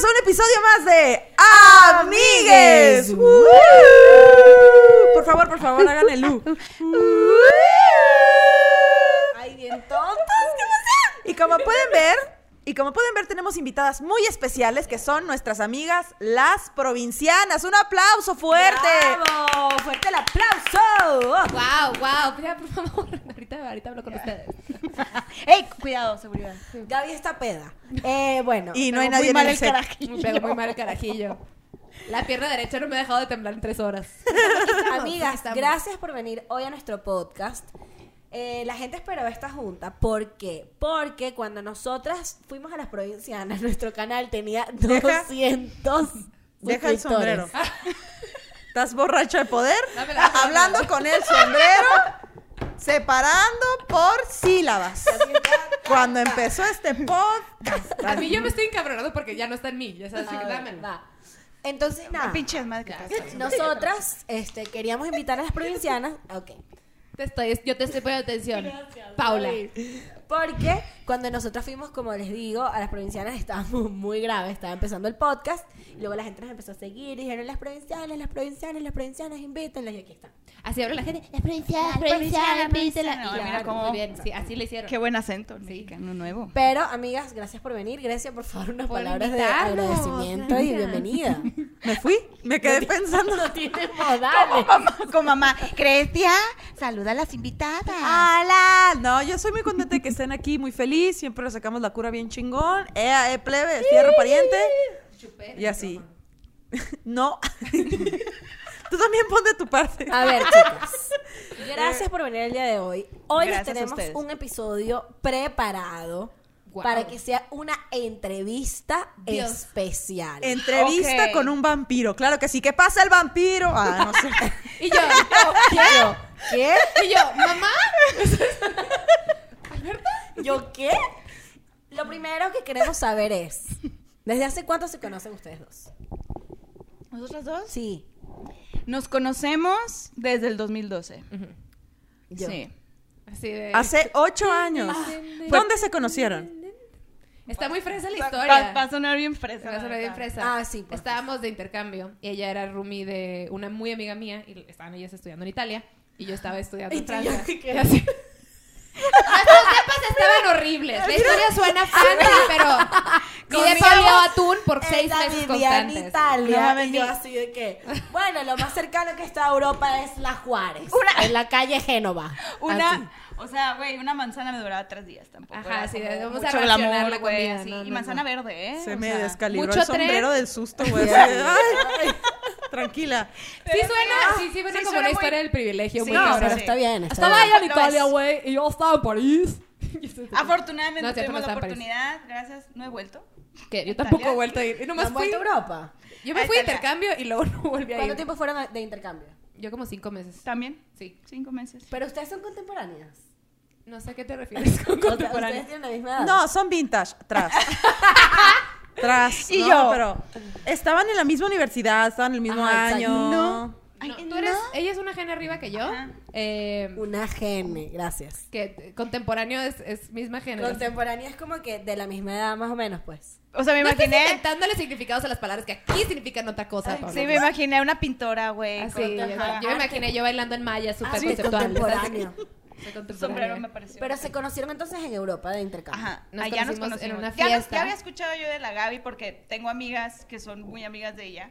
un episodio más de Amigues. Amigues. ¡Woo! Por favor, por favor, hagan el U. Ay, bien tontas, qué emoción. Y como pueden ver, y como pueden ver, tenemos invitadas muy especiales que son nuestras amigas las provincianas. Un aplauso fuerte. ¡Bravo! ¡Fuerte el aplauso! Wow, wow, mira, por favor, ahorita, ahorita hablo con ustedes. ¡Ey! Cuidado, seguridad. Gaby está peda. Eh, bueno. Y no tengo hay nadie muy mal en el el set. carajillo. Me pegó muy mal el carajillo. La pierna derecha no me ha dejado de temblar en tres horas. Amigas, Estamos. gracias por venir hoy a nuestro podcast. Eh, la gente esperaba esta junta. ¿Por qué? Porque cuando nosotras fuimos a las provincianas, nuestro canal tenía Deja- 200 Deja el sombrero. suscriptores. ¿Estás borracho de poder? Dámela, dámela. Hablando con el sombrero, separando por sílabas. Cuando empezó este podcast. A mí yo me estoy encabronando porque ya no está en mí, ya sabes, A así que Ah, ver, dámelo. va. Entonces, nada. Pinches madre que te vas a- Nosotras este, queríamos invitar a las provincianas. Ok. Te estoy, yo te estoy poniendo atención. Paula. Porque cuando nosotras fuimos, como les digo, a las provincianas estábamos muy graves, estaba empezando el podcast, y luego la gente nos empezó a seguir y dijeron las provincianas, las provincianas, las provincianas, invítenlas y aquí están. Así habla la gente. Las Las provincianas, provincianas, provincianas, no, provincianas. Y mira claro, cómo- Muy bien, sí, así le hicieron. Qué buen acento mexicano nuevo. Pero, amigas, gracias por venir. Gracias, por favor, unas Por palabras de invitarnos, agradecimiento y gracias. bienvenida. Me fui, me quedé pensando. Modales. Con mamá, Crestia, saluda a las invitadas. ¡Hola! No, yo soy muy contenta de que estén aquí, muy feliz. Siempre le sacamos la cura bien chingón. ¡Eh, eh, plebe! ¡Fierro pariente! Chupé. Y así. No. Tú también pon de tu parte. A ver, chicas. Gracias por venir el día de hoy. Hoy les Gracias a tenemos ustedes. un episodio preparado Guau. para que sea una entrevista Dios. especial. Entrevista Ok. con un vampiro. Claro que sí. ¿Qué pasa el vampiro? Ah, no sé. Y yo, no, ¿qué? ¿Qué? Y yo, mamá. ¿Yo qué? Lo primero que queremos saber es, ¿desde hace cuánto se conocen ustedes dos? ¿Nosotras dos? Sí, Nos conocemos desde el 2012. yo. Sí. Así de. Hace ocho años. ¿Dónde se conocieron? Está muy fresa la Va, historia. va a sonar bien fresa. Se me hace la bien verdad. fresa. Ah, sí, por Estábamos de intercambio y ella era roomie de una muy amiga mía y estaban ellas estudiando en Italia y yo estaba estudiando en Francia. Y así- Las dos etapas estaban horribles. La historia suena fancy, pero mi depa Comíamos olió a atún por seis Ella meses vivía en constantes. No Italia mames, y yo ni- así de que, bueno, lo más cercano que está a Europa es la Juárez, en la calle Génova. Ah, Una, Así. o sea, güey, una manzana me duraba tres días tampoco. Ajá, era sí, como de- vamos a mucho racionar glamour, la güey, comida, así. no, y no, manzana no. verde, ¿eh? Se O me sea, descalibró mucho el sombrero tren. del susto, güey. así de, "Ay". Tranquila. Sí suena, sí, sí suena Ah, Sí, como suena una muy- historia del privilegio. Sí, muy no, cabrón. Pero sí. está bien, está Ah, Estaba bien. ella en Lo Italia, es. güey, y yo estaba en París. Afortunadamente No, cierto, tuvimos no estaba la en París. oportunidad, gracias, no he vuelto. Que yo tampoco Italia. he vuelto a ir. Y ¿No nomás han fui. vuelto a Europa? Yo me A fui de Italia. intercambio y luego no volví a ¿Cuánto ir. tiempo fueron de intercambio? Yo como cinco meses. También, Sí. cinco meses. Pero ustedes son contemporáneas. No sé a qué te refieres con O sea, ustedes contemporáneo. tienen la Ah. misma edad. No, son vintage, tras. tras. Y no, yo. Ah, Pero estaban en la misma universidad, estaban en el mismo Ajá, año. exacto. No. Ay, No, tú no. eres, ella es una gen arriba que yo. Ajá. eh, Una gene, gracias. que t- contemporáneo es, es misma generación. Contemporánea es como que de la misma edad más o menos, pues. O sea, me No estás imaginé, intentándole significados a las palabras que aquí significan otra cosa, Paula. sí, me imaginé una pintora, güey, Así, con yo- ajá, yo me imaginé yo bailando en maya, súper Ah, sí, conceptual. contemporáneo. ¿sabes? Soy un sombrero me contemporánea. pareció. Pero se conocieron entonces en Europa de intercambio. Ajá, Nos allá nos conocimos conocimos. en una Ya nos- fiesta. Ya, había escuchado yo de la Gaby porque tengo amigas que son muy amigas de ella.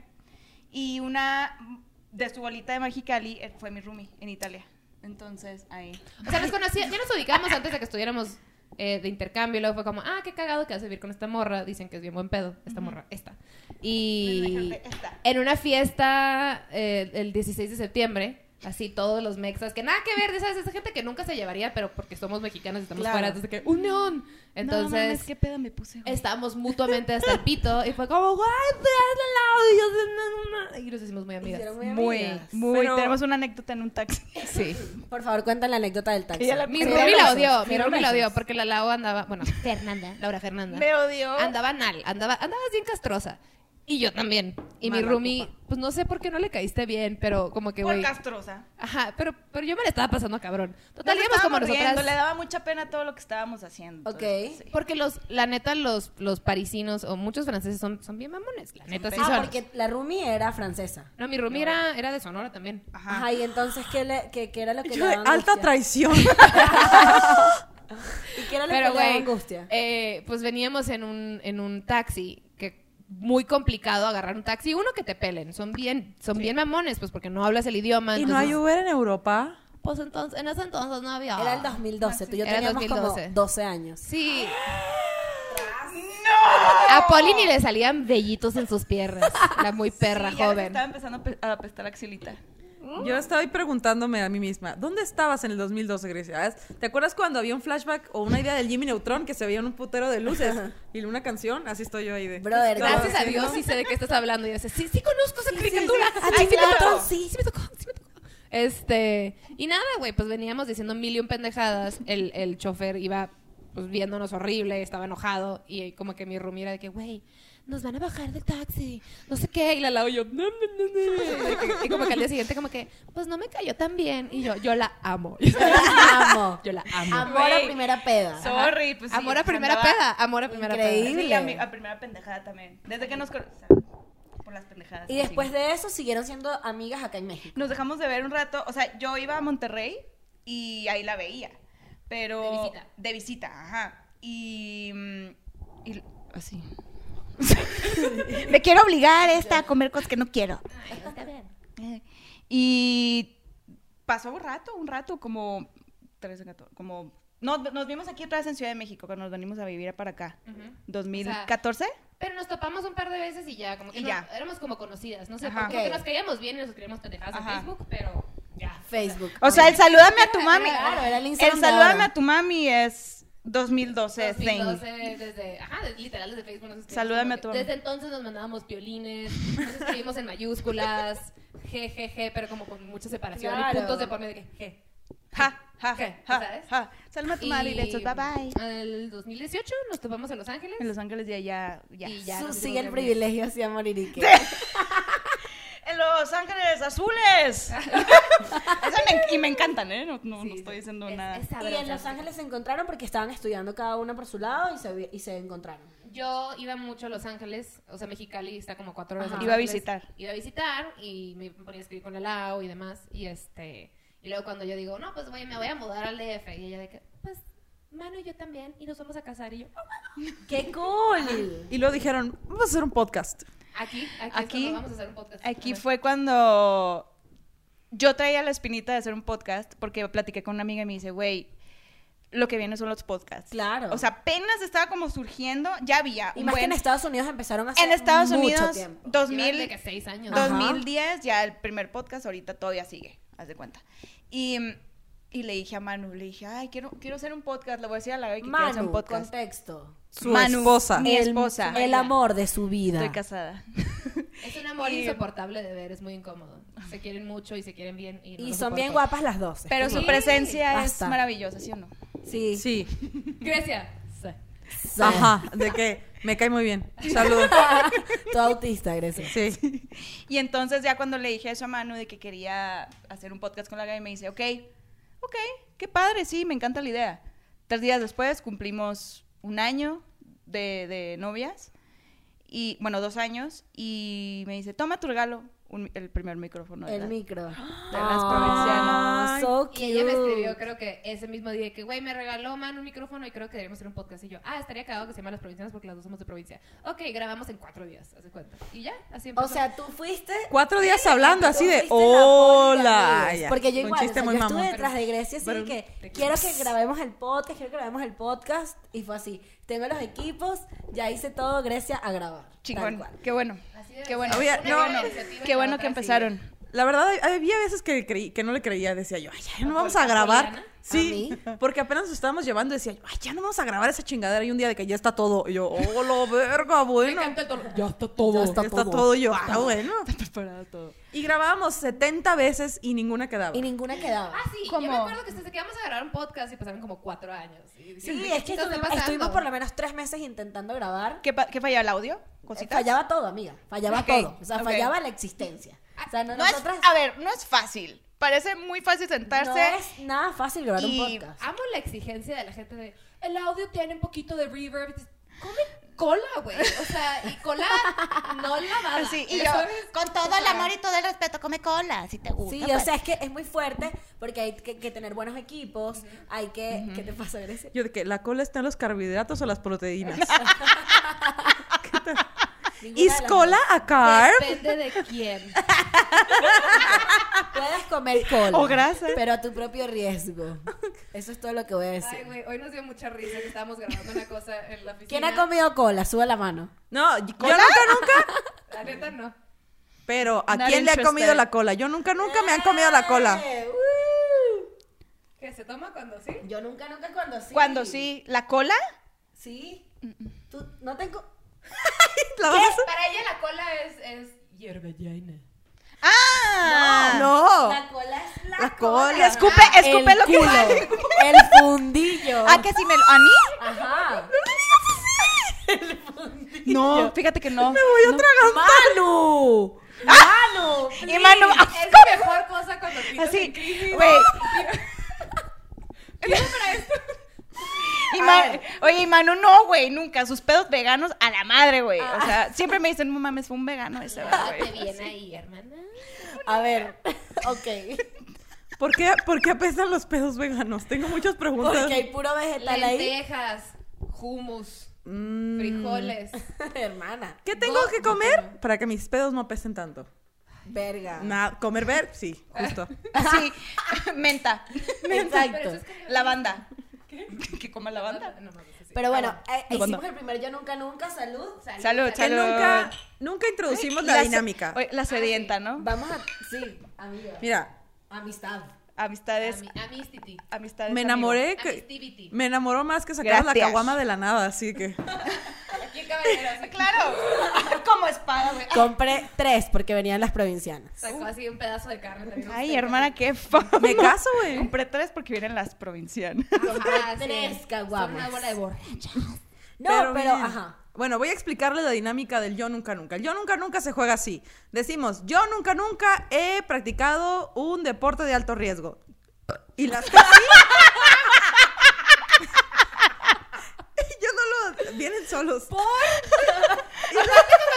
Y una de su bolita de Magicali eh, fue mi roomie en Italia. Entonces, ahí. O sea, nos conocí, ya nos ubicamos antes de que estuviéramos eh, de intercambio. Y luego fue como, ah, qué cagado que vas a vivir con esta morra. Dicen que es bien buen pedo, esta morra, esta. Y Me dijeron, "Esta". en una fiesta eh, el 16 de septiembre, así todos los mexas, que nada que ver, ya ¿sabes? Esa gente que nunca se llevaría, pero porque somos mexicanos y estamos Claro. fuera, entonces que, ¡unión! Entonces... no, mames, qué pedo me puse. güey. Estábamos mutuamente hasta el pito y fue como, ¡guay! te das el lado", Y, yo, "No, no, no". y nos hicimos muy amigas. Hicieron muy, amigas. muy. Pero- Tenemos una anécdota en un taxi. Sí. Por favor, cuentan la anécdota del taxi. Ella la- Mi Pero Rumi la besos, odió, mi pero Rumi la besos. odió porque la Lau andaba, bueno, Fernanda, Laura Fernanda. Me odió. Andaba anal, andaba, andabas bien castrosa. Y yo también. Y mi Mala roomie, pues no sé por qué no le caíste bien, pero como que, Por güey. castrosa. Ajá, pero, pero yo me la estaba pasando cabrón. Total, Nos íbamos como estábamos riendo, nosotras. Le daba mucha pena todo lo que estábamos haciendo. Ok. entonces, sí. Porque los, la neta, los, los parisinos o muchos franceses son, son bien mamones. La neta, sí pe- Ah, son. porque la Rumi era francesa. No, mi roomie era, era de Sonora también. Ajá. Ajá, y entonces, ¿qué, le- qué- qué era lo que Yo le de daba alta angustia? traición. ¿Y qué era Pero, lo que le daba güey, angustia? eh, pues veníamos en un, en un taxi que muy complicado agarrar un taxi. Uno que te pelen. Son bien, son bien mamones, pues porque no hablas el idioma. ¿Y no hay entonces- Uber en Europa? Pues entonces, en ese entonces no había. Era el 2012, tú y yo Era el teníamos 2012. como 12 años. Sí. A Poli ni le salían vellitos en sus piernas. La muy perra Sí, ya les joven. Estaba empezando a pe- a apestar axilita. Yo estoy preguntándome a mí misma, ¿dónde estabas en el 2012, Grecia? ¿Te acuerdas cuando había un flashback o una idea del Jimmy Neutron que se veía en un putero de luces y una canción? Así estoy yo ahí de... Brother, Gracias a sí, Dios sí sé de qué estás hablando. Y dices, sí, sí conozco esa caricatura. sí. Ay, sí me Claro, tocó. sí. Sí me tocó, sí me tocó. Este, y nada, güey, pues veníamos diciendo mil y un pendejadas. El, el chofer iba pues viéndonos horrible, estaba enojado. Y como que mi roomie era de que, güey, nos van a bajar del taxi, no sé qué. Y la lao yo, "No, no, no, no". Y que- Y como que al día siguiente, como que, pues no me cayó tan bien. Y yo, yo la amo. Yo Yo la amo. la amo. Amor a Güey. primera peda. So- Sorry, pues sí, Amor a pues, primera andaba- peda, amor a primera Increíble. peda. Sí, Horrible. a, mi- a primera pendejada también. Desde que nos conocimos. Por las pendejadas. Y después sí. de eso siguieron siendo amigas acá en México. Nos dejamos de ver un rato. O sea, yo iba a Monterrey y ahí la veía. Pero. De visita. De visita, ajá. Y. mm, y- así. Me quiero obligar esta a comer cosas que no quiero. Y pasó un rato, un rato, como tres, cuatro, como no, nos vimos aquí otra vez en Ciudad de México cuando nos venimos a vivir para acá. Ujú. 2014. Pero nos topamos un par de veces y ya, como que Y no- ya. éramos como conocidas, no sé, Ajá. como que Ok. nos creíamos bien y nos creíamos pendejadas en Ajá. Facebook, pero ya. Facebook. O sea, el salúdame a tu mami. Claro, era el Instagram El de salúdame ahora. a tu mami es 2012 thing. 2012, desde, ajá, de- literal desde Facebook. nos escribimos Salúdame como a tu que- mamá. Desde entonces nos mandábamos piolines, nos escribimos en mayúsculas, jejeje, pero como con mucha separación Claro. y puntos de por medio de que, je. Ja, ja, ¿Qué? ja, ¿Sabes? ja. Salúdame a tu mami y le dices bye bye. El 2018 nos topamos en Los Ángeles. En Los Ángeles ya, ya, ya. Y ya Su nos sigue el hicimos privilegio hacia Moririque. En Los Ángeles azules. Esa me- y me encantan, ¿eh? No, no, no estoy diciendo es- nada. es Y sabrosa. en Los Ángeles se encontraron porque estaban estudiando cada una por su lado y se, vi- y se encontraron. Yo iba mucho a Los Ángeles, o sea, Mexicali está como a cuatro horas. de Los Ajá. Iba a Ángeles. visitar. Iba a visitar y me ponía a escribir con el lao y demás. Y este, y luego cuando yo digo, no, pues voy, me voy a mudar al DF. Y ella de que, pues, mano y yo también, y nos vamos a casar. Y yo, "Oh, ¡Qué cool! Y luego dijeron, vamos a hacer un podcast. aquí, aquí, es Aquí- cuando vamos a hacer un podcast. Aquí Ajá. fue cuando yo traía la espinita de hacer un podcast porque platiqué con una amiga y me dice, güey, lo que viene son los podcasts. Claro. O sea, apenas estaba como surgiendo, ya había. Y un más que en buen- Estados Unidos empezaron a hacer en Estados mucho Unidos, tiempo. Llevan de 2000, que seis años. Ajá. 2010, ya el primer podcast, ahorita todavía sigue, haz de cuenta. Y, y le dije a Manu, le dije, ay, quiero, quiero hacer un podcast, le voy a decir a la Gaby que quiero hacer un Manu, podcast. contexto. Su Manu, esposa. Mi El- esposa. El, amor de su vida. Estoy casada. Es un amor Y- insoportable de ver, es muy incómodo. Se quieren mucho y se quieren bien. Y, no Y lo son bien soporto. guapas las dos. Pero su Sí, presencia basta. es maravillosa, ¿sí o no? Sí. Sí. Grecia. Sí. Sí. Ajá, de que me cae muy bien. Saludos. Todo autista, Grecia. Sí. Y entonces ya cuando le dije eso a Manu de que quería hacer un podcast con la Gaby, me dice, ok, ok, qué padre, sí, me encanta la idea. Tres días después cumplimos un año de, de novias, y bueno, dos años, y me dice, toma tu regalo, un- el primer micrófono. de El las- micro. De las provincianas. So Y ella me Oh, cute. escribió, creo que ese mismo día, que güey, me regaló man un micrófono y creo que deberíamos hacer un podcast. Y yo, ah, estaría cagado que se llama Las Provincianas porque las dos somos de provincia. Ok, grabamos en cuatro días, hace cuenta. Y ya, así empezó. O sea, tú fuiste. Cuatro días hablando tú así de fuiste la poli de hola. amigos, Ya. Porque yo Un igual, o chiste sea, muy yo estuve mamón. detrás de Grecia, así pero- que quiero que grabemos el podcast, quiero que grabemos el podcast. Y fue así. Tengo los equipos, ya hice todo, Grecia a grabar. Tal Chingón, cual. qué bueno. Así debe Qué ser. bueno. Oye, qué no, bueno, iniciativa y qué la bueno otra que sigue. empezaron. La verdad, hay- había veces que, creí- que no le creía, decía yo, ay, ya no vamos a grabar. Juliana? Sí, porque apenas nos estábamos llevando, decía yo, ay, ya no vamos a grabar esa chingadera. Y un día de que ya está todo, y yo, oh, la verga, Me bueno. encanta el tono. Ya está Ya todo. está, todo. yo, ah, bueno. Preparado todo. Y grabábamos 70 veces y ninguna quedaba. Y ninguna quedaba. Ah, sí. Yo Como- me acuerdo que desde que íbamos a grabar un podcast y pasaron como cuatro años. Y Sí, es que estuvimos, estuvimos por lo menos tres meses intentando grabar. ¿Qué, pa- qué fallaba el audio? ¿Cositas? Fallaba todo, amiga. Fallaba Ok, todo. O sea, ok. Ah, fallaba la existencia. O sea, no, No es- nosotras- a ver, no es fácil. Parece muy fácil sentarse. no es nada fácil grabar y- un podcast. Amo la exigencia de la gente de. El audio tiene un poquito de reverb. Come cola, güey. O sea, y cola no lavada. Así, y Ya yo, sabes, Con todo el amor y todo el respeto, come cola, si te gusta. Sí, o pues. sea, es que es muy fuerte porque hay que, que tener buenos equipos, hay que... ¿Qué te pasa, Grecia? Yo de que la cola está en los carbohidratos o las proteínas. Ninguna de ¿Is las cola a carb? Depende de quién. dos. Puedes comer cola. O grasa. Pero a tu propio riesgo. Eso es todo lo que voy a Ay, decir. güey, hoy nos dio mucha risa que estábamos grabando una cosa en la oficina. ¿Quién ha comido cola? Sube la mano. No, yo nunca, nunca. La neta no. Pero ¿a Not quién le ha comido interested. la cola? Yo nunca, nunca me han comido la cola. Eh, uh. ¿Que se toma cuando sí? Yo nunca, nunca cuando sí. Cuando sí, la cola. Sí. Tú no tengo... ¿La vas a hacer? Para ella la cola es... es... ¡Ah! No. La cola es Oh. la, Ah, La cola. Y Escupe, escupe el lo que culo, sale. El fundillo. ¿A Ah, que si me lo- ¿A mí? Ajá. No, fíjate que no. Voy a tragar. ¡Manu! ¡Manu! Y Manu, ah, Es la mejor cosa cuando pitas así, en crisis. güey. Eso para esto. Y Ma- Oye, y Manu, no, güey, nunca. Sus pedos veganos a la madre, güey. O sea, siempre me dicen, no mames, fue un vegano ese, güey. bien Ah, ahí, hermana. A ver, ok. ¿Por qué, ¿Por qué apestan los pedos veganos? Tengo muchas preguntas. Porque hay puro vegetal ahí. Lentejas, hummus, Mm, frijoles. Hermana, ¿Qué tengo Dos, que no comer para que mis pedos no apesten tanto? verga. Nada, comer ver, sí, justo. Así, menta, Pero eso Exacto. es como- lavanda. ¿Que coma lavanda? No, no, no, sí. Pero bueno, eh, hicimos Cuando- el primer yo nunca nunca, salud. Salud, Salud, Que salud. nunca, nunca introducimos la, Y dinámica. oye, la sedienta, ¿no? Vamos a sí, amiga. Mira, Amistad. Amistades, Ami- Amistity. amistades. me amigo. enamoré que Amictivity. me enamoró más que sacar la Gracias. caguama de la nada, así que Aquí en caballeros. así, Claro, como espada, güey. Compré tres porque venían las provincianas. Sacó así un pedazo de carne también. Ay, hermana, qué fama. me caso, güey. Compré tres porque vienen las provincianas. Ajá, sí. Tres caguamas. Son una bola de borra. No, pero, bien. ajá. Bueno, voy a explicarles la dinámica del yo nunca nunca. El yo nunca nunca se juega así. Decimos, yo nunca nunca he practicado un deporte de alto riesgo. Y las que sí- yo no lo vienen solos.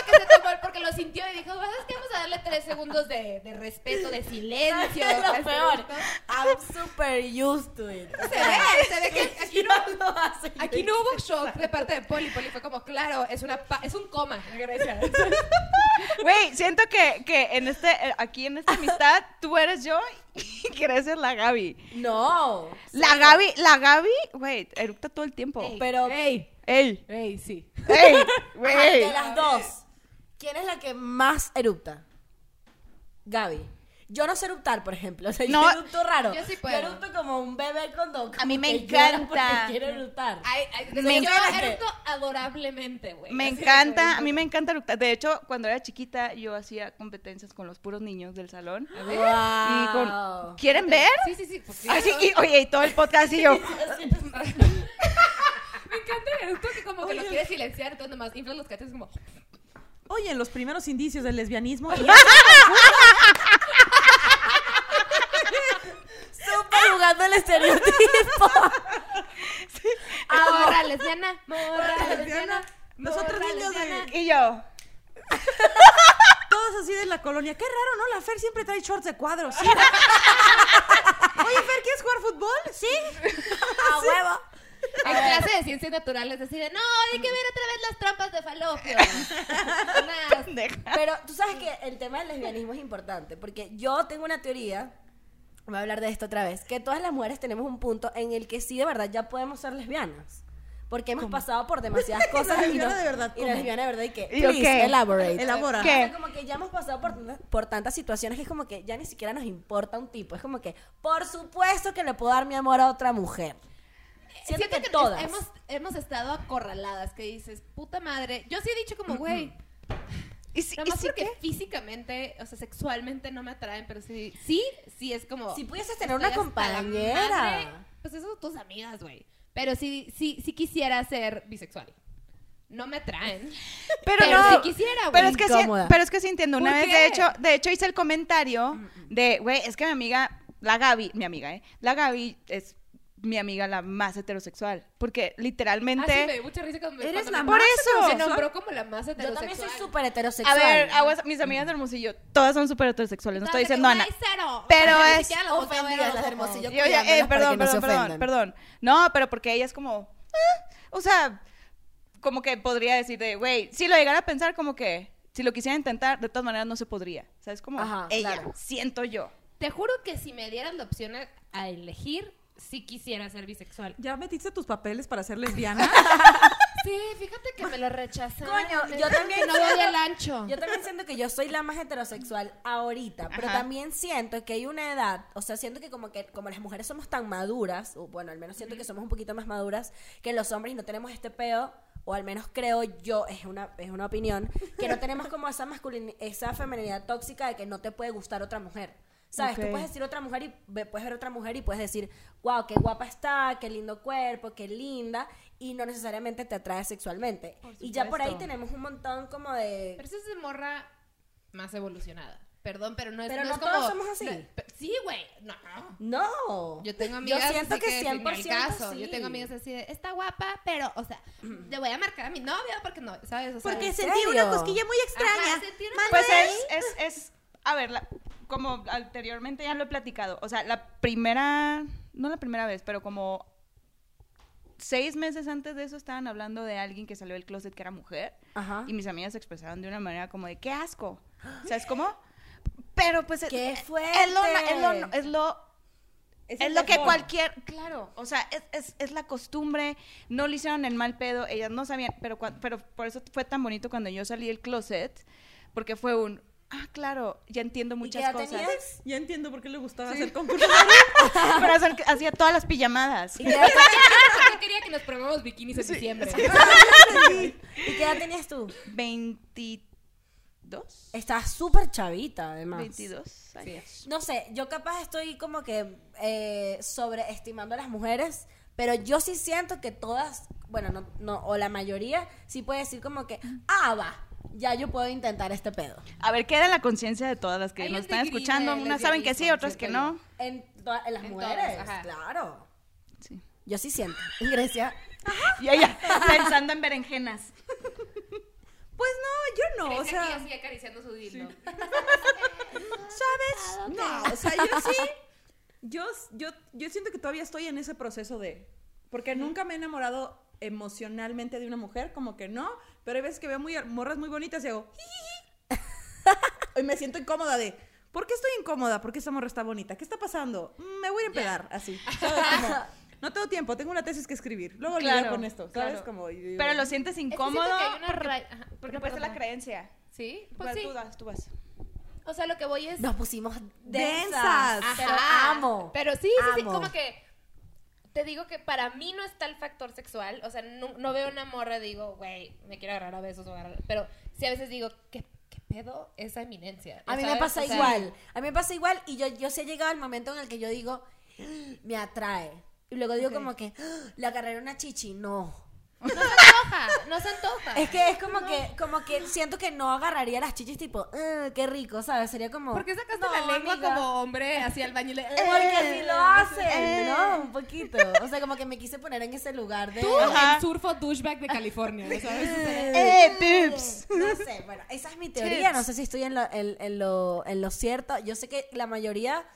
que se tomó porque lo sintió y dijo, "Bueno, es que vamos a darle tres segundos de, de respeto, de silencio. Es lo de peor. respeto". I'm super used to it. Se ve, se ve que aquí no, No lo hace. aquí no hubo shock de parte de Poli. Poli fue como, claro, es, una pa- es un coma. Gracias. Güey, siento que, que en este, eh, aquí en esta amistad, tú eres yo y quieres ser la Gaby. No. La Gaby, la Gaby, güey, eructa todo el tiempo. Pero Ey, ¡Ey! ey, sí. ¡Ey! ajá, de ¡Güey! las dos, ¿quién es la que más erupta? Gaby. Yo no sé eruptar, por ejemplo. O sea, No, yo erupto raro. yo sí puedo. Yo erupto como un bebé con dos. A mí me encanta. Quiero eruptar. Ay, ay, Me yo encanta. eructo adorablemente, güey. Me Así de encanta, a que- mí me encanta eructar. De hecho, cuando era chiquita, yo hacía competencias con los puros niños del salón. Y con, Wow. ¿Quieren ver? Sí, sí, sí. pues sí. Así, y, oye, y todo el podcast y yo. Me encanta el eructo que como que lo quieres silenciar, entonces nomás inflas los cachetes como... Oye, en los primeros indicios del lesbianismo. Súper jugando el estereotipo. Morra lesbiana, morra lesbiana. Nosotros morra niños lesbiana". de Y yo. todos así de la colonia. Qué raro, ¿no? La Fer siempre trae shorts de cuadros. ¿sí? Oye, Fer, ¿quieres jugar fútbol? Sí. A huevo. En clase de ciencias naturales deciden, no, hay que ver otra vez las trampas de eh, falopio. Unas- Pendeja. Pero tú sabes que el tema del lesbianismo es importante, porque yo tengo una teoría, voy a hablar de esto otra vez, que todas las mujeres tenemos un punto en el que sí de verdad ya podemos ser lesbianas. Porque hemos pasado por demasiadas cosas. la y lesbiana no- de verdad, Y la ¿cómo? lesbiana de verdad, ¿y qué? ¿Y Please, qué? elaborate. Elabora. ¿Qué? O sea, como que ya hemos pasado por, por tantas situaciones que es como que ya ni siquiera nos importa un tipo. Es como que, por supuesto que le puedo dar mi amor a otra mujer. Siento, que, nos- todas. Hemos, hemos estado acorraladas, que dices, puta madre. Yo sí he dicho como, güey, ¿Y si, nada y más si porque qué? físicamente, o sea, sexualmente no me atraen, pero sí, sí, sí es como... Si pudieses tener una estoy hasta la compañera. madre, pues eso son tus amigas, güey. Pero sí, sí, sí quisiera ser bisexual. No me atraen. Pero, Pero no. sí quisiera, güey. Ah, Pero es que sí, Incómoda. pero es que sí entiendo. Una ¿Por vez, qué? de hecho, de hecho hice el comentario de, güey, es que mi amiga, la Gaby, mi amiga, ¿eh? La Gaby es mi amiga la más heterosexual. Porque Ah, literalmente... sí, me dio mucha risa cuando, Eres cuando la me- más Se heterosexual. nombró como la más Yo heterosexual. también soy súper heterosexual. A ver, aguas, mis amigas de Hermosillo, todas son súper heterosexuales, no estoy diciendo Ana. Cero. Pero O sea, ni es siquiera los volteo a ver ofendidas a los las ojos. Hermosillo. Yo Yo ya, cuidándolas eh, perdón, para que perdón, no se perdón, ofendan. perdón. No, pero porque ella es como, "Ah", o sea, como que podría decir de, güey, si lo llegara a pensar como que, si lo quisiera intentar, de todas maneras no se podría. O sea, es como Ajá, ella, claro. siento yo. Te juro que si me dieran la opción a, a elegir, sí quisiera ser bisexual. ¿Ya metiste tus papeles para ser lesbiana? Sí, fíjate que me lo rechazaron. Coño, Me yo dijeron también que no siento- doy el ancho. Yo también siento que yo soy la más heterosexual ahorita, pero Ajá. también siento que hay una edad, o sea, siento que como que como las mujeres somos tan maduras, o bueno, al menos siento que somos un poquito más maduras que los hombres y no tenemos este peo, o al menos creo yo, es una es una opinión, que no tenemos como esa masculinidad, esa feminidad tóxica de que no te puede gustar otra mujer. ¿Sabes? Ok. Tú puedes decir otra mujer y ve- puedes ver otra mujer y puedes decir, wow, qué guapa está, qué lindo cuerpo, qué linda, y no necesariamente te atrae sexualmente. Y ya por ahí supuesto. tenemos un montón como de... Pero esa es de morra más evolucionada. Perdón, pero no es, Pero no no es como... todos somos así. no, pe- sí, güey. No. No. Yo tengo amigas Yo siento así que que, ni al 100% caso. sí. Yo tengo amigas así de, está guapa, pero, o sea, le voy a marcar a mi novio porque no, ¿sabes? O sea, Porque es- sentí serio? una cosquilla muy extraña. Ajá, sentí una Manuel. Pues es, es, es, a ver, la- como anteriormente ya lo he platicado, o sea, la primera, no la primera vez, pero como seis meses antes de eso estaban hablando de alguien que salió del closet que era mujer. Ajá. Y mis amigas se expresaron de una manera como de, qué asco. ¿Sabes cómo? Pero pues... ¡Qué es, fuerte! Es lo... na- Es lo, es lo es lo que cualquier, claro, o sea, es, es- es la costumbre, no lo hicieron en mal pedo, ellas no sabían, pero, cua- pero por eso fue tan bonito cuando yo salí del closet, porque fue un, ah, claro, ya entiendo muchas ya cosas. tenías? Ya entiendo por qué le gustaba hacer concursos. Pero hacen- hacía todas las pijamadas. ¿Y qué edad, Yo quería que nos probemos bikinis en diciembre. y qué edad tenías tú? 22, Estabas súper chavita, además. 22 años. No sé, yo capaz estoy como que eh, sobreestimando a las mujeres, pero yo sí siento que todas, bueno, no, no, o la mayoría, sí puede decir como que, ah, va, ya yo puedo intentar este pedo. A ver, queda en la conciencia de todas las que Hay nos un están degree escuchando. de Unas saben que sí, lesbianismo, otras que siento no. En, toda- en las En todas, mujeres, ajá. claro. Sí. Yo sí siento. Grecia. Y ella pensando en berenjenas. Pues no, yo no, o Grecia aquí sea, así acariciando su dildo. ¿sabes? No, o sea, yo sí, yo, yo, yo siento que todavía estoy en ese proceso de, porque nunca me he enamorado emocionalmente de una mujer, como que no, pero hay veces que veo muy, morras muy bonitas y hago, "Jijiji". y me siento incómoda de, ¿por qué estoy incómoda? ¿Por qué esa morra está bonita? ¿Qué está pasando? Mm, Me voy a ir a empedar, así, ¿sabes? Como, no tengo tiempo, tengo una tesis que escribir, luego lidio con esto, ¿sabes? claro. Como, y digo, Pero lo sientes incómodo. Es que siento que hay una porque- ra- ajá, porque porque parece perdón. la creencia. Sí, Bueno, pues sí. Tú vas, tú vas. O sea, lo que voy es... Nos pusimos densas. Densas. Pero Ajá. amo. Pero sí, sí, sí, Amo. como que te digo que para mí no está el factor sexual, o sea, no, no veo una morra y digo, güey, me quiero agarrar a besos o agarrar, pero sí a veces digo, ¿qué, qué pedo esa eminencia? A mí me ¿Sabes? pasa O sea, igual. A mí me pasa igual y yo, yo sí he llegado al momento en el que yo digo, "Ah, me atrae. Y luego digo como que, "Ah, la carrera una chichi, no. No se antoja, no se antoja. Es que es como que como que siento que no agarraría las chichis tipo, "Ah, qué rico, ¿sabes? Sería como... ¿Por qué sacaste "No, la lengua amiga". como Eh. hombre hacia el baño y le... Porque así lo hacen, Eh. ¿no? Un poquito. O sea, como que me quise poner en ese lugar de... Ajá. El surfo douchebag de California, ¿no ¿sabes? O sea, ¡Eh, pips! No sé, bueno, esa es mi teoría. Tips. No sé si estoy en lo, en, en lo, en lo cierto. Yo sé que la mayoría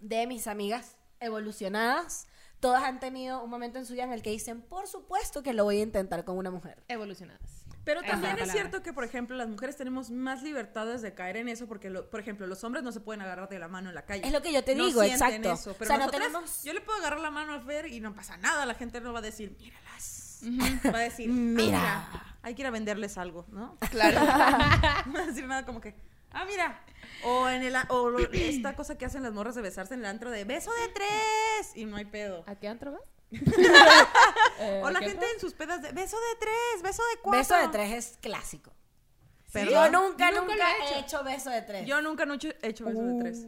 de mis amigas evolucionadas, todas han tenido un momento en su vida en el que dicen, por supuesto que lo voy a intentar con una mujer. Evolucionadas. Pero Esa es la también es palabra. cierto que, por ejemplo, las mujeres tenemos más libertades de caer en eso porque, lo- por ejemplo, los hombres no se pueden agarrar de la mano en la calle. Es lo que yo te No digo, sienten exacto. eso, pero O sea, no nosotras, tenemos- Yo le puedo agarrar la mano a Fer y no pasa nada. La gente no va a decir, míralas. Va a decir, "Ah, mira, hay que ir a venderles algo, ¿no? Claro. No va a decir nada como que, ah, mira. O en el a- o lo- esta cosa que hacen las morras de besarse en el antro de beso de tres. Y no hay pedo. ¿A qué antro vas? Eh, O la ¿qué gente antro? en sus pedas de beso de tres, beso de cuatro. Beso de tres es clásico. Perdón. Yo nunca, Nunca nunca, lo he he, hecho. hecho. beso de tres. Yo nunca no he hecho, he hecho beso de tres.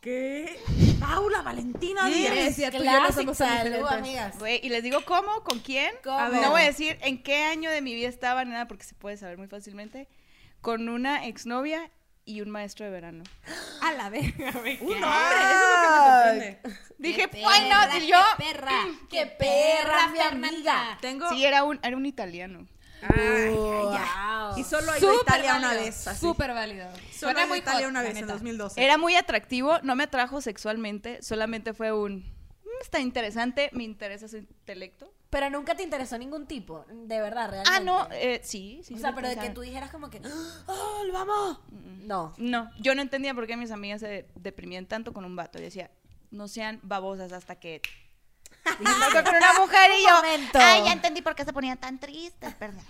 ¿Qué? Paula, Valentina, Ah, Sí, Díaz. Eres ya tú y yo no somos tan Clásica, luego, diferentes. amigas. Güey, y les digo cómo, con quién. ¿Cómo? A ver, No voy a decir en qué año de mi vida estaba, ni nada, porque se puede saber muy fácilmente. Con una exnovia y un maestro de verano. A la vez. Un hombre, eso es lo que me sorprende. Dije, Qué why not? perra, Y yo, ¡Qué perra! Mm, ¡Qué perra, mi amiga! Tengo. sí, era un, era un italiano. Ay, ay, ay. Wow. Y solo ha ido a Súper Italia una válido, vez. Así. Súper válido. Solo ha Suena ido a muy Italia hot, una la vez en neta. 2012. Era muy atractivo, no me atrajo sexualmente, solamente fue un. "Mm, Está interesante, me interesa su intelecto. Pero nunca te interesó ningún tipo, de verdad, realmente. Ah, no, eh, sí, sí. O sí sea, lo pero de que pensaba. tú dijeras como que, ¡Oh, lo amo! Mm. No. No, yo no entendía por qué mis amigas se deprimían tanto con un vato. Yo decía, no sean babosas hasta que. Y me tocó con una mujer y yo. Momento. Ay, ya entendí por qué se ponían tan tristes, perdón.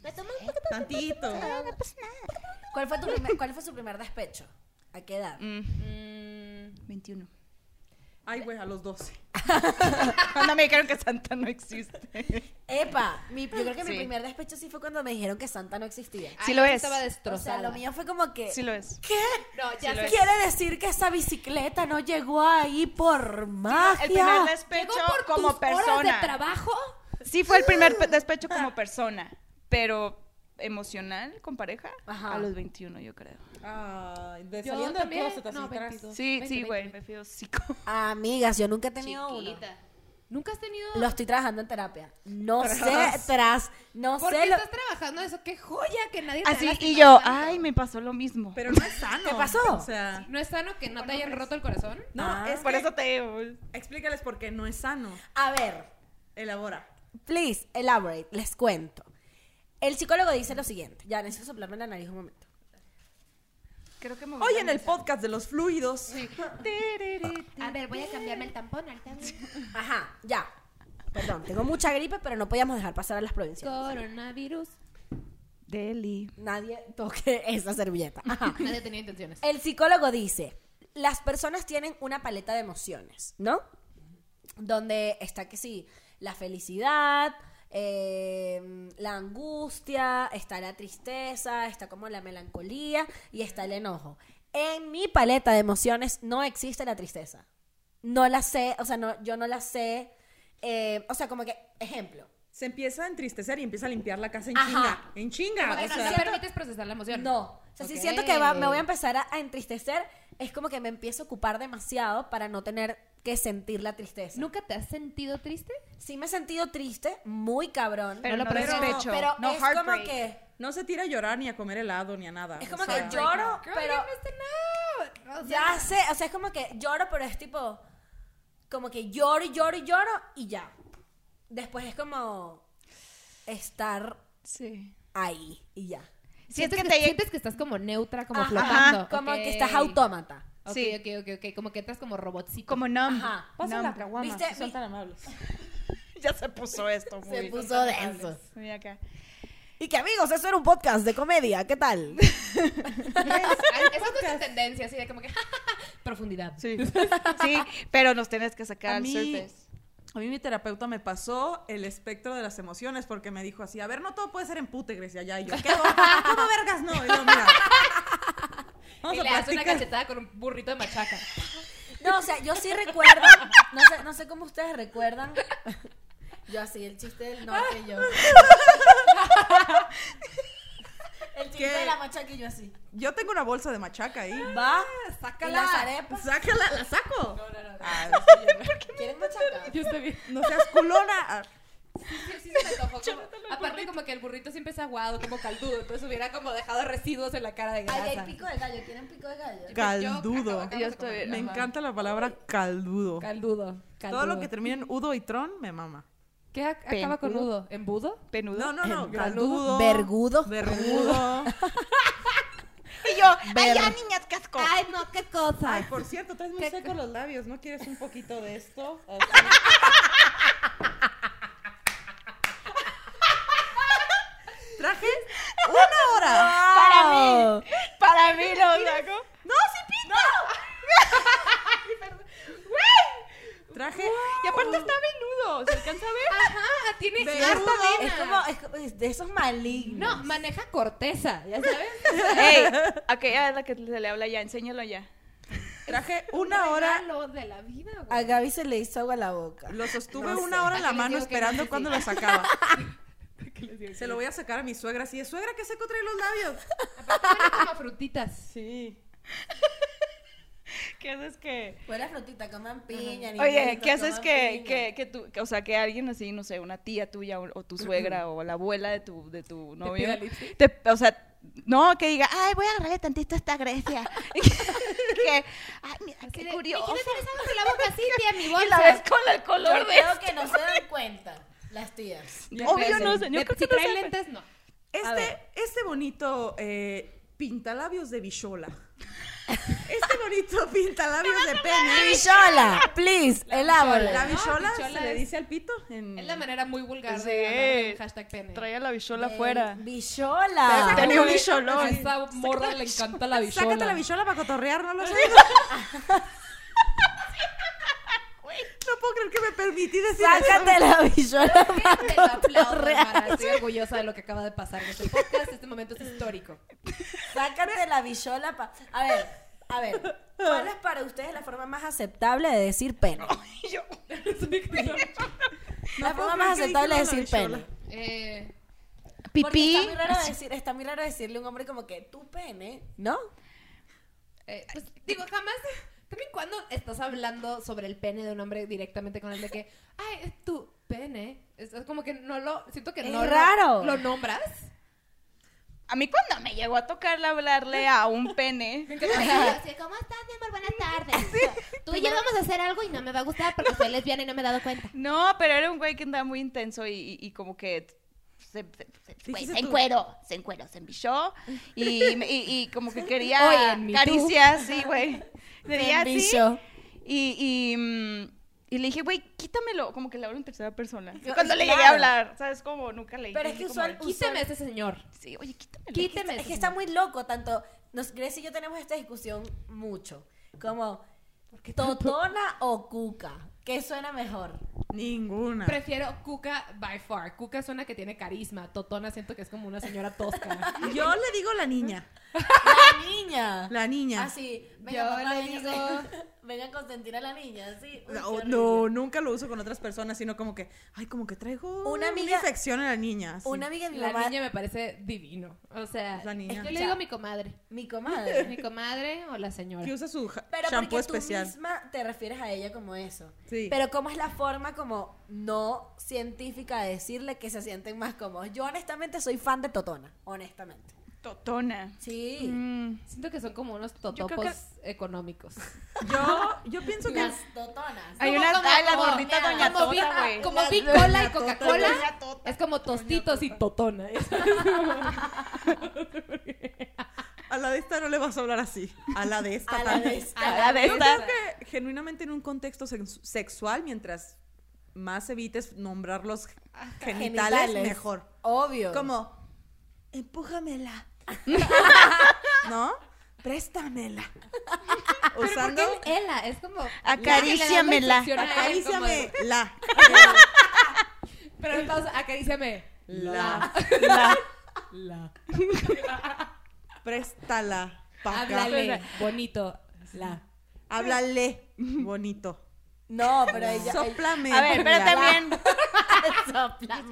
Pues, toma un poquito, Tantito. no pasa nada. ¿Cuál fue, tu primer, ¿Cuál fue su primer despecho? ¿A qué edad? Mm, Mm, 21. Ay, güey, a los 12. Cuando me dijeron que Santa no existe. ¡Epa! Mi, yo creo que mi Sí. primer despecho sí fue cuando me dijeron que Santa no existía. Sí ay, lo yo es. Estaba O sea, destrozada. lo mío fue como que... Sí lo es. ¿Qué? No, ya sé. Quiere decir que esa bicicleta no llegó ahí por magia. El primer despecho Llegó por como tus horas de persona. trabajo. sí fue el primer pe- despecho como persona, pero emocional con pareja Ajá. a los 21 yo creo. Ay, de Yo saliendo también. del closet así. No, tras. 22. Sí, Veinte, sí, veinte, güey, veinte. me fui psico. Amigas, yo nunca he tenido uno. Chiquita. ¿Nunca has tenido...? Lo estoy trabajando en terapia. No sé tras, no ¿Por sé qué lo estás trabajando eso? ¡Qué joya que nadie te ha Así Ah, y lastimado yo, tanto! ay, me pasó lo mismo. Pero no es sano. ¿Qué pasó? O sea, ¿No es sano que no te hayan roto el corazón? no, Ah. es por que- eso te digo. Explícales por qué no es sano. A ver, Elabora. please, elaborate, les cuento. El psicólogo dice lo siguiente. Ya, necesito soplarme la nariz un momento. Creo que me voy Hoy a en el mesa. podcast de los fluidos. Tiriri. A ver, voy a cambiarme el tampón ahorita. Ajá, ya. Perdón, tengo mucha gripe, pero no podíamos dejar pasar a las provincias. Coronavirus. Deli. Nadie toque esa servilleta. Ajá. Nadie tenía intenciones. El psicólogo dice, las personas tienen una paleta de emociones, ¿no? Donde está que sí, la felicidad, eh, la angustia, está la tristeza, está como la melancolía y está el enojo. En mi paleta de emociones no existe la tristeza. No la sé, o sea, no, yo no la sé. eh, o sea, como que, ejemplo, Se empieza a entristecer y empieza a limpiar la casa en Ajá. chinga. En Como chinga. que O no, sea, no permites procesar la emoción. No. O sea, si Ok. siento que va- me voy a empezar a, a entristecer, es como que me empiezo a ocupar demasiado para no tener que sentir la tristeza. ¿Nunca te has sentido triste? Sí me he sentido triste, muy cabrón. Pero no, lo despecho, procesas. pero no es como heartbreak. que... no se tira a llorar ni a comer helado ni a nada. Es O como sea, que lloro, Girl, pero... you missed it now. O sea, Ya sé, o sea, es como que lloro, pero es tipo... Como que lloro y lloro y lloro y ya. Después es como... Estar Sí. ahí y ya. Sientes que que, te lleg- sientes que estás como neutra, como Ajá, flotando. Como Ok. que estás autómata. Ok, Sí. ok, ok, ok. Como que estás como robotcito. Como numb. Ajá. Pasa Numb. la caguama, ¿Viste? si son Vi- tan amables. Ya se puso esto muy. Se puso denso. Muy acá. Y que amigos, eso era un podcast de comedia, ¿qué tal? Ay, Esa es nuestra tendencia, así de como que... profundidad. Sí. Sí, pero nos tienes que sacar A al mí- surface. A mí mi terapeuta me pasó el espectro de las emociones porque me dijo así, a ver, no todo puede ser en pute, Grecia, ya. Y yo, ¿qué? ¿Cómo vergas no? Y yo, mira. Vamos y a le das una platicar. cachetada con un burrito de machaca. No, o sea, yo sí recuerdo, no sé, no sé cómo ustedes recuerdan. Yo así, el chiste del norte y yo. El chiste ¿Qué? de la machaca y yo así. Yo tengo una bolsa de machaca ahí. Va, Sácala. Y las arepas. Sácala, la saco. Ah, No, no, no. ¿Quieren machaca? Yo estoy bien. no seas culona. Ah, Sí, sí se me antojó, como- aparte como que el burrito siempre es aguado, como caldudo, entonces hubiera como dejado residuos en la cara de grasa. Ay, hay pico de gallo, ¿quieren pico de gallo? Caldudo. acabo- acabamos Yo de estoy comer. bien. Me encanta la palabra caldudo. Caldudo. Todo lo que termina en udo y tron me mama. ¿Qué ac- acaba con nudo? ¿Embudo? Penudo. No, no, no. Caldudo. Caldudo. Vergudo. Vergudo. Y yo, ay, ya, niñas, qué asco. Ay, no, qué cosa. Ay, por cierto, traes muy seco los labios. ¿No quieres un poquito de esto? de esos malignos. No, maneja corteza, ya sabes. Ey, aquella es la que se le habla ya, enséñalo ya. Traje una hora, Regalo de la vida, güey. Ah, A Gaby se le hizo agua a la boca. lo sostuve No sé. una hora en la Aquí les mano digo que no esperando sé cuando si- lo sacaba. Se lo voy a sacar a mi suegra así de suegra que seco trae los labios. Huele como a frutitas. Sí. ¿Qué haces que...? Fuera frutita, coman piña. Oye, ¿qué haces que, que, que tú, que- o sea, que alguien así, no sé, una tía tuya o, o tu suegra o la abuela de tu, de tu novio, pida lipstick? te- o sea, no, que diga, Ay, voy a agarrarle tantito a esta Grecia. que, ay, mira, Así qué de, curioso. ¿Y qué le traes algo en la boca así, tía, en mi bolsa? "Ay, la ves con el color de... Creo que no se dan cuenta las tías. Obvio no, sé. señor, creo Si que no trae sabe. lentes, no. Este, este bonito eh, pintalabios de bichola. Este bonito pintalabios de pene. Bichola, please, La elabora. bichola No, se bichola le es- dice al pito. en- Es la manera muy vulgar Sí. de agarrar el hashtag pene. Traía la bichola afuera. Bichola. Tenía un A bicholón. esa morra le encanta la bichola. Sácate la bichola para cotorrear, no lo sé. No puedo creer que me permití decir Sácate la bichola. Te lo aplaudo, Mara. Estoy orgullosa de lo que acaba de pasar en este podcast. Este momento es histórico. Sácate la bichola. pa- A ver, a ver. ¿Cuál es para ustedes la forma más aceptable de decir pene? No la puedo forma creer más que aceptable de dijimos la decir pene. bichola. Eh, Porque Pipí. Está muy, raro decir, está muy raro decirle a un hombre como que tu pene, ¿no? eh, pues, digo, jamás. También cuando estás hablando sobre el pene de un hombre directamente con el de que, ay, es tu pene. Es es como que no lo. Siento que Es no lo- raro. Lo, nombras. A mí cuando me llegó a tocarle hablarle a un pene, Así, ¿Cómo estás, mi amor? Buenas tardes. Tú y yo vamos a hacer algo y no me va a gustar porque soy lesbiana y no me he dado cuenta. no, pero era un güey que andaba muy intenso y, y- y como que se, se- se- Güey, Dijiste se tú. encuero, se encuero, se envió. bichó y, me- y- y como que quería Oye, en Me Too. caricias, sí, güey. Quería así. Bicho. Y, y, mm, y le dije, güey, quítamelo. Como que le hablo en tercera persona. Yo- Cuando y le claro. llegué a hablar, ¿sabes? Como nunca le Pero le es que dije como usual- de, Quíteme a ese señor. Sí, oye, quítamelo. Quíteme. a Es ese que está señor. muy loco, tanto. Nos, Grace y yo tenemos esta discusión mucho. Como, ¿totona o cuca? ¿Qué suena mejor? Ninguna. Prefiero Cuca by far. Cuca suena que tiene carisma. Totona siento que es como una señora tosca. Yo le digo la niña. La niña. La niña. Así, Ah, venga, Yo papá, le venga, venga a consentir a la niña, sí. No, Uy, qué no, horrible. nunca lo uso con otras personas, sino como que, ay, como que traigo Una una, amiga- infección a la niña. así. Una amiga de mi La mamá, niña me parece divino. O sea, La niña. yo le digo mi comadre. mi comadre. Mi comadre o la señora. que usa su ja- Pero shampoo porque especial. tú misma te refieres a ella como eso. Sí. Pero cómo es la forma como no científica de decirle que se sienten más cómodos. Yo honestamente soy fan de Totona, honestamente. Totona. Sí. Mm. Siento que son como unos totopos económicos. Yo, yo pienso que Las Totonas. Hay Como- una como- ay, la como- gordita doña Como, Tota, güey. Big- como La Big doña Cola y Tota. Coca-Cola. Es como tostitos y totona. a la de esta no le vas a hablar así. A la de esta A la tal de vez. esta. A la Ah, de Yo esta. creo que genuinamente en un contexto sex- sexual, mientras más evites nombrar los genitales, Ah, Genitales. mejor. Obvio. Como, empújamela. ¿No? Préstamela. Usando, Ela, es como. Acaríciamela. acaríciame la. Pero entonces, acaríciame. La. La. Préstala. pa' acá. Háblale. Bonito. La. Háblale. Bonito. No, pero ella. Soplame. A ver, pero la. también.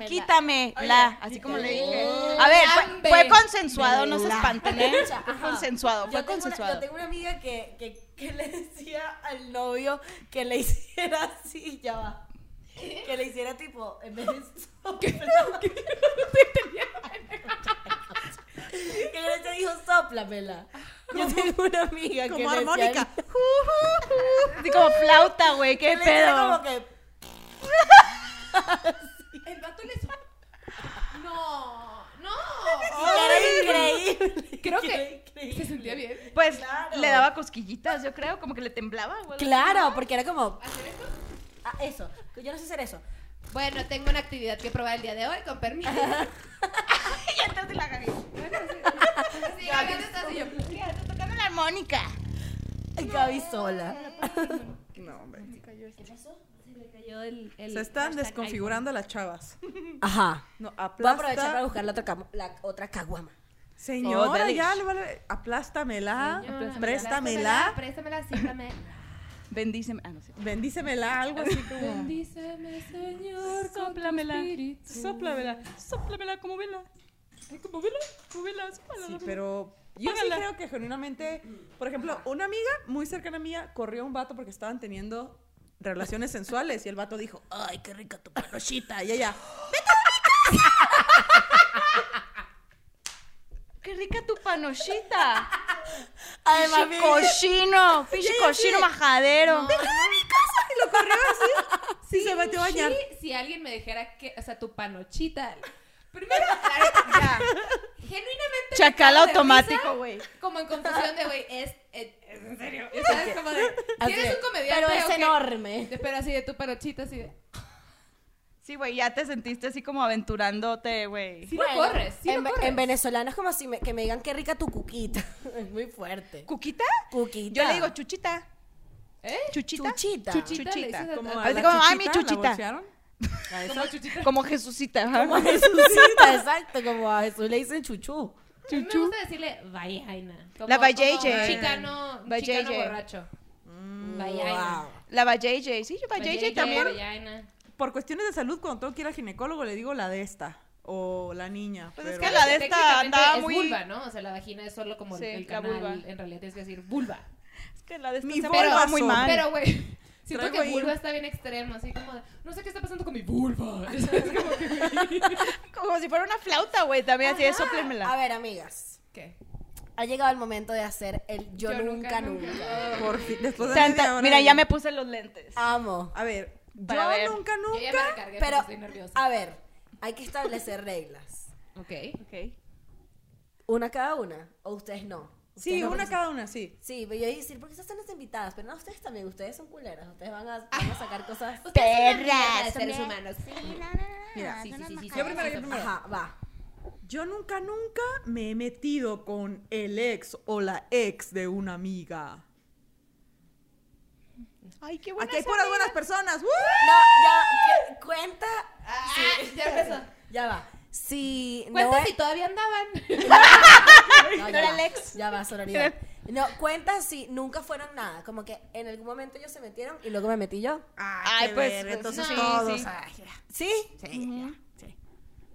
Quítame la. Así como le dije. A ver, fue, Lambe. fue consensuado, no se La. espanten, ¿eh? Ajá. Fue consensuado, fue Yo tengo, una, yo consensuado. tengo una amiga que, que, que le decía al novio que le hiciera así, ya va. Que le hiciera tipo, en vez de sopla- que le decía, dijo, soplamela. Yo tengo una amiga que Como le decía- armónica. Así como flauta, güey, qué que le decía pedo. como que, El vato le so- No, no. era increíble. Creo Era que se increíble. sentía bien. Pues Claro. le daba cosquillitas, yo creo, como que le temblaba, güey. Claro, porque era como, ¿Hacer esto? ah, eso. Yo no sé hacer eso. Bueno, tengo una actividad que probar el día de hoy, con permiso. Y entonces la gané. Así, hablando esto, así yo. Pues, Tocando la armónica. Gaby sola. No, hombre. ¿Qué pasó? le cayó el, el Se están hashtag desconfigurando las chavas. Ajá. No, Voy a aprovechar para aplasta. buscar la otra, cam- la otra caguama. Oh, Señora, delish. ya, le vale- aplástamela, iPhone. Señora, préstamela, Préstamela, préstamela, Bendíceme. Ah, no sé. bendícemela, algo así como... Bendíceme, Señor, con tu Sóplamela. espíritu. Sóplamela. Sóplamela como vela. Ay, Como vela. Como vela. sóplala, Sí, vela. pero yo sí Págala. creo que genuinamente, por ejemplo, una amiga muy cercana mía corrió a un vato porque estaban teniendo relaciones sensuales y el vato dijo, ay, qué rica tu panochita. Y ella, ¡Qué rica tu panochita! Además, Pichi cochino, pichi cochino majadero. sí, se metió a bañar. Sí, si alguien me dijera que, o sea, tu panochita. Primero, la- ya. Genuinamente. me Chacal cago de automático, risa, güey. Como en confusión de, güey, es, es- es en serio. ¿Sabes? Como de, tienes un comediante. Pero es ok. enorme. Pero así de tu panochita, así de. Sí, güey, ya te sentiste así como aventurándote, güey. Sí lo corres, sí en, lo ve- corres. en venezolano es como si me, que me digan qué rica tu cuquita. Es muy fuerte. ¿Cuquita? Cuquita. Yo le digo chuchita. ¿Eh? ¿Chuchita? chuchita. Chuchita. le Chuchita. dices a- Como a- a Así la como, "Ay, mi ¿la chuchita". bolsearon? Como chuchita. Como Jesucita. ajá. Como a Jesucita, exacto. Como a Jesús le dicen chuchú. A mí me gusta decirle vallaina. Como- La vallaina. como un Chicano, un Vallaina. chicano borracho. Mm, Vallaina. Wow. La Valley Sí, yo Valley Vallaina, también. vallaina. Por cuestiones de salud, cuando tengo que ir al ginecólogo, le digo la de esta o la niña. Pues es pero- que la de esta Técnicamente andaba es muy- vulva, ¿no? O sea, la vagina es solo como el- Sí, el la canal. vulva. En realidad tienes que decir vulva. Es que la de Mi esta se vulva portó muy son- mal. Pero, güey, siento Traigo que ahí vulva un- está bien extremo, así como de, no sé qué está pasando con mi vulva. Es como que... Como si fuera una flauta, güey. También así de A soplémela. ver, amigas. ¿Qué? Ha llegado el momento de hacer el yo, nunca, nunca. Por fin, después de Santa- media hora Mira, de- ya me puse los lentes. Amo. A ver, yo Para ver. nunca, Yo nunca... ya me recargué Pero, porque estoy nerviosa. a ver, hay que establecer reglas. Ok. Ok. ¿Una cada una? ¿O ustedes no? Sí, una cada una, sí. Sí, pero yo iba a decir, porque esas son las invitadas, pero no, ustedes también, ustedes son culeras, ustedes van a, van a sacar cosas... Perras, seres humanos. Ah, Mira, Sí, sí, sí, sí. yo primero, yo primero. Ajá, va. Yo nunca, nunca me he metido con el ex o la ex de una amiga. Ay, Ah, qué Aquí hay puras buenas personas. ¡Woo! No, ya, ¿qué- cuenta, Ah, ya empezó. ya va. Si Cuenta no es... si todavía andaban. no, ya va, Ya va, sororidad. No, cuenta si nunca fueron nada, como que en algún momento ellos se metieron y luego me metí yo. Ay, qué pues, verga, pues, entonces sí, todos. sí. ay, ya. ¿Sí? Sí, sí.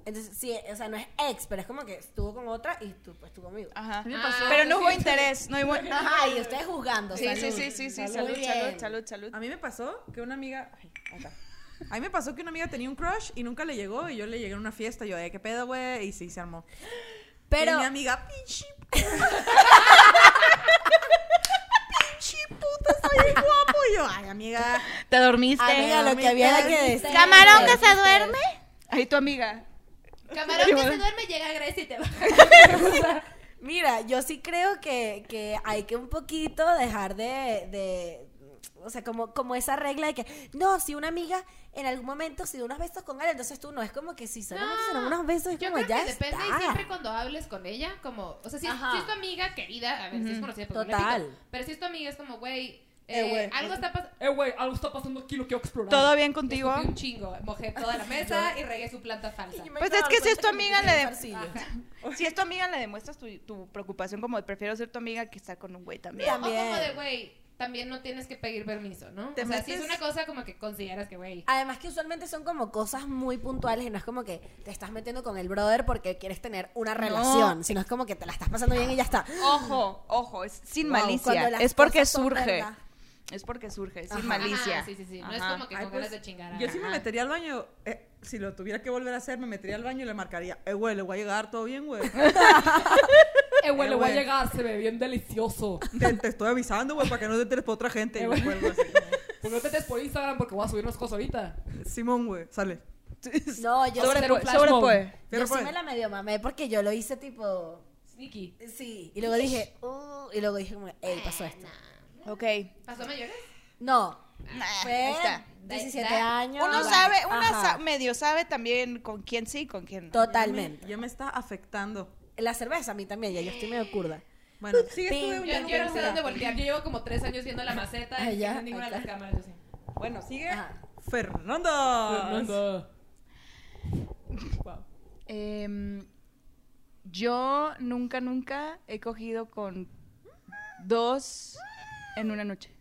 Entonces, sí, o sea, no es ex, pero es como que estuvo con otra y tú, pues, tú conmigo. Ajá. pasó. Pero no Ah, hubo sí. interés. No hubo... Ajá, y ustedes juzgando, Sí, sí, salud. sí, sí, sí. Salud. Salud, Muy salud, bien. salud, salud. A mí me pasó que una amiga. ay, acá. A mí me pasó que una amiga tenía un crush y nunca le llegó. Y yo le llegué a una fiesta. y Yo, eh, qué pedo, güey. Y sí, se armó. Pero... Y mi amiga, pinche. pinche puta, está bien guapo. Y yo, ay, amiga. ¿Te dormiste? Amiga, lo que había era que decir. ¿Camarón que se duerme? Ay, tu amiga. Camarón que se duerme, llega a Grecia y te baja. Mira, yo sí creo que, que hay que un poquito dejar de, de- o sea, como, como esa regla de que, no, si una amiga en algún momento se dio unos besos con él, entonces tú no, es como que si solamente se dan unos besos, es yo como creo ya que depende y está. siempre cuando hables con ella, como, o sea, si es, Ajá. si es tu amiga querida, a ver, si es conocida, pues Total. no le pico. Pero si es tu amiga, es como, güey, Eh, eh, güey. algo está pasando. Eh, güey, algo está pasando aquí, lo quiero explorar. ¿Todo bien contigo? Escupí un chingo, mojé toda la mesa y regué su planta falsa. Y me Pues acabo es de que si dar es tu cuenta que amiga, me le- puse un zarcillo. Si es tu amiga, le demuestras tu, tu preocupación como de prefiero ser tu amiga que estar con un güey también. O como También. de, güey, también no tienes que pedir permiso, ¿no? Te o sea, si es metes- una cosa como que consideras que, güey, Además que usualmente son como cosas muy puntuales y no es como que te estás metiendo con el brother porque quieres tener una relación, sino es como que te la estás pasando bien y ya está. Ojo, ojo, es sin Wow, cuando malicia. las Es porque cosas son surge. verdad. Es porque surge, es Ajá. sin malicia. Ajá, sí, sí, sí. No es Ajá. como que Ay, con pues, ganas de chingar a Yo sí me Ajá. metería al baño. eh, si lo tuviera que volver a hacer, me metería al baño y le marcaría. Eh, güey, le voy a llegar todo bien, güey. Eh, güey, Eh, le voy a güey. llegar, se ve bien delicioso. Te, te estoy avisando, güey, para que no te enteres por otra gente. Eh, Y le cuelgo así, como, Porque Pues no te metes por Instagram porque voy a subir unas cosas ahorita. Simón, güey, sale. No, yo, Sobre- sí- hacer un Sobrepo- flash Sobrepoe. mob. Pero yo sí pues- me la medio mamé porque yo lo hice tipo... Sneaky. Sí, y luego dije, uh, y luego dije como, hey, pasó esto. Ok. ¿Pasó mayores? No, Nah, ahí fue está. 17 Da- da- años. Uno Ajá. sabe, uno Ajá. sa- medio sabe también con quién sí y con quién no. Totalmente. Ya me está afectando. La cerveza a mí también, ya yo estoy medio curda. Bueno, sigues tú de Yo- Yo, una yo no sé locura. dónde voltear. Yo llevo como tres años viendo la maceta Ah, y ya. no en ninguna de las cámaras. Yo sí. Bueno, sigue Ajá. Fernanda. Em, yo nunca, nunca he cogido con dos en una noche.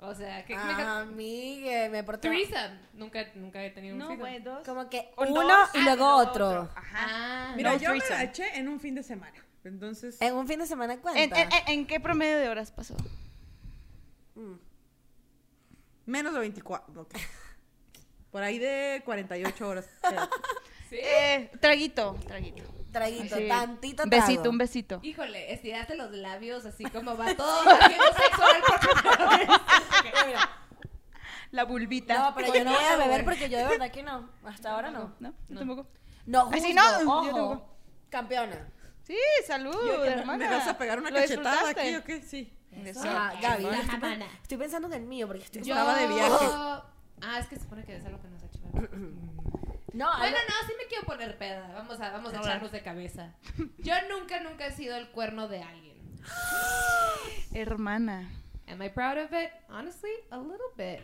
O sea, que me ca- Ah, Amigue, me porté. Threesome. Nunca, nunca he tenido un No, threesome. güey, dos. Como que Con uno dos, y ah, luego luego otro. Ah, Mira, No yo me threesome. la eché en un fin de semana. Entonces. En un fin de semana cuenta. ¿En, en- en- en qué promedio de horas pasó? Menos de 24. ok. Por ahí de 48 horas. sí. Eh, traguito, traguito. Traguito, Así. tantito trago. Besito, un besito. Híjole, estiraste los labios así como va todo haciendo sexual por primera vez. La bulbita. No, pero yo no voy a beber porque yo de verdad que no. Hasta ahora no. No, yo tampoco. No, Ay, sí, juzgo, no, yo ojo. tampoco. Campeona. Sí, salud, hermana. ¿Me vas a pegar una ¿Lo cachetada aquí disfrutaste? o qué? Sí. Eso. Ah, Gaby, La estoy, jamana. estoy pensando en el mío porque estoy Yo- Estaba de viaje. Ah, es que se supone que es algo que nos ha hecho. ¿verdad? No, Bueno, algo- no, sí me quiero poner peda. Vamos a, vamos a echarnos de cabeza. Yo nunca, nunca he sido el cuerno de alguien. Hermana. Am I proud of it? Honestly, a little bit.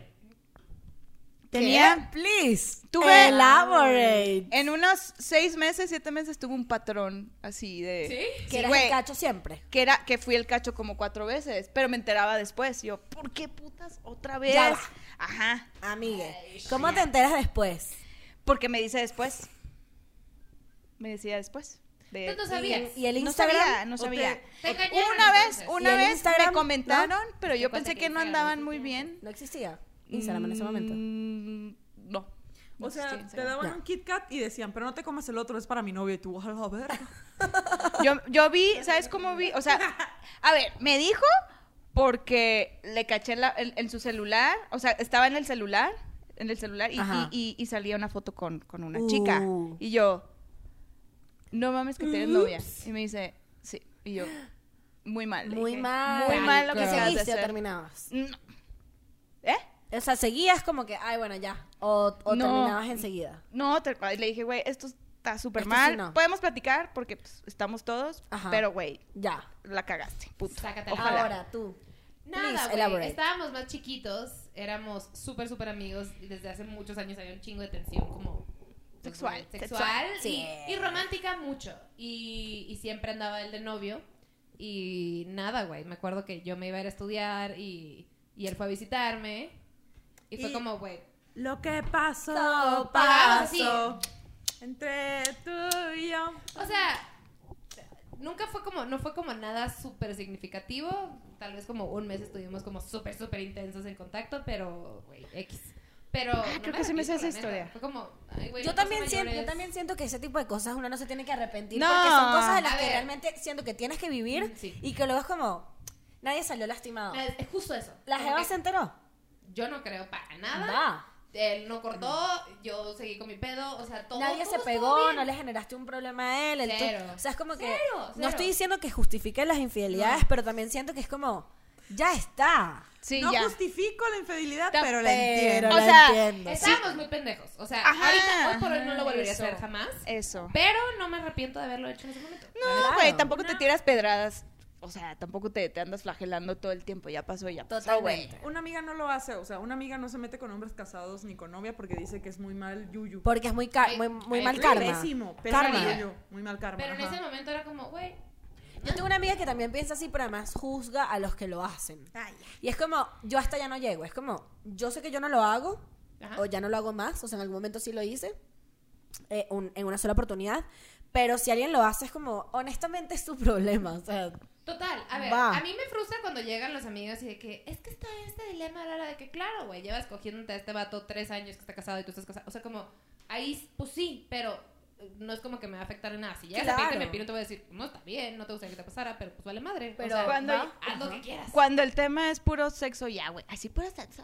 Tenía, Please. tuve Elaborate. en unos seis meses, siete meses, tuve un patrón así de... ¿Sí? que eras güey. el cacho siempre. que era que fui el cacho como cuatro veces, pero me enteraba después. Yo, ¿por qué putas otra vez? Ya va. Ajá, Amigue, ¿cómo te enteras después? porque me dice después. Me decía después. de- Tú no y- sabías. Y el no Instagram. sabía, no ¿O sabía. te- Te engañaron, Una vez, entonces. una ¿Y el vez Instagram, me comentaron, pero yo Te cuenta pensé que que no Instagram andaban no muy existía. bien. No existía Instagram en ese momento. Mm, no. No O sea, existía te Instagram. daban No. un Kit Kat y decían, pero no te comas el otro, es para mi novio. Y tú, a la verga. Yo, yo vi, ¿sabes cómo vi? O sea, a ver, me dijo porque le caché la- en, en su celular, o sea, estaba en el celular, en el celular, y, Ajá. y- y- y salía una foto con, con una Uh. chica. Y yo, no mames que tienes novia. Y me dice, sí. Y yo, muy mal. le Muy dije. mal. Muy mal lo que ¿Y acabas de seguiste o hacer. terminabas? No. ¿Eh? O sea, seguías como que, ay, bueno, ya. O, o No. terminabas enseguida. No, tal cual. Le dije, güey, esto está súper Esto sí mal. no. Podemos platicar porque pues, estamos todos, Ajá. pero güey, Ya. la cagaste. Puto. Sácatela. Ojalá. Ahora tú. Please, Nada, güey. elaborate. Estábamos más chiquitos, éramos súper, súper amigos. y Desde hace muchos años había un chingo de tensión como... Sexual, Sexual. y- sí. y, romántica mucho. Y, y siempre andaba él de novio. Y nada, güey. Me acuerdo que yo me iba a ir a estudiar y, y él fue a visitarme. Y fue Y- como, güey, Lo que pasó, Ah, sí. pasó. Entre tú y yo. O sea, nunca fue como, no fue como nada súper significativo. Tal vez como un mes estuvimos como súper, súper intensos en contacto, pero, güey, X. Pero. no Ah, creo que sí me sé arrepiento, esa la neta. historia. Fue como, ay, Yo güey, Pues, no también, pasa siento, yo mayores. también siento que ese tipo de cosas uno no se tiene que arrepentir No. porque son cosas de las A que ver. realmente siento que tienes que vivir Mm, sí. y que luego es como, nadie salió lastimado. Eh, Es justo eso. La Como jeva que Ah, se enteró. Yo no creo para nada. Va. Él no cortó, yo seguí con mi pedo, o sea, todo. Nadie todo se estuvo pegó, bien. no le generaste un problema a él. él tú- Cero. o sea, es como que. Cero, No cero. estoy diciendo que justifique las infidelidades, pero también siento que es como. Ya está. Sí, no pues, ya. justifico la infidelidad, Ta- pero la Pero entiendo. O la sea, entiendo. Estábamos muy pendejos. O sea, Ajá, ahorita, hoy por hoy no ajá, lo volvería eso. a hacer jamás. Eso. Pero no me arrepiento de haberlo hecho en ese momento. No, Claro. güey, tampoco te tiras pedradas. O sea, tampoco te, te andas flagelando todo el tiempo. Ya pasó, ya pasó, güey. Totalmente. Una amiga no lo hace, o sea, una amiga no se mete con hombres casados ni con novia porque dice que es muy mal yuyu. Porque es muy, ca- Ay, muy, muy ay, mal sí, karma. Pésimo, pésimo Karma. yuyu, muy mal karma. Pero en ajá. ese momento era como, güey, Yo tengo una amiga que también piensa así, pero además juzga a los que lo hacen. Ah, Ay, ya. Y es como, yo hasta ya no llego. Es como, yo sé que yo no lo hago, Ajá. o ya no lo hago más, o sea, en algún momento sí lo hice, eh, un- en una sola oportunidad. Pero si alguien lo hace, es como, honestamente es tu problema. O sea, Total, a ver, Va. a mí me frustra cuando llegan los amigos y de que, es que está este dilema, la, la, de que, claro, güey, llevas cogiéndote a este vato tres años que está casado y tú estás casado. O sea, como, ahí, pues sí, pero eh, no es como que me va a afectar en nada. Si llegas a Claro. pedirte mi opinión, te voy a decir, no, está bien, no te gustaría que te pasara, pero pues vale madre. Pero o sea, cuando- va, haz lo que quieras. Cuando el tema es puro sexo, ya, güey. Así puro sexo.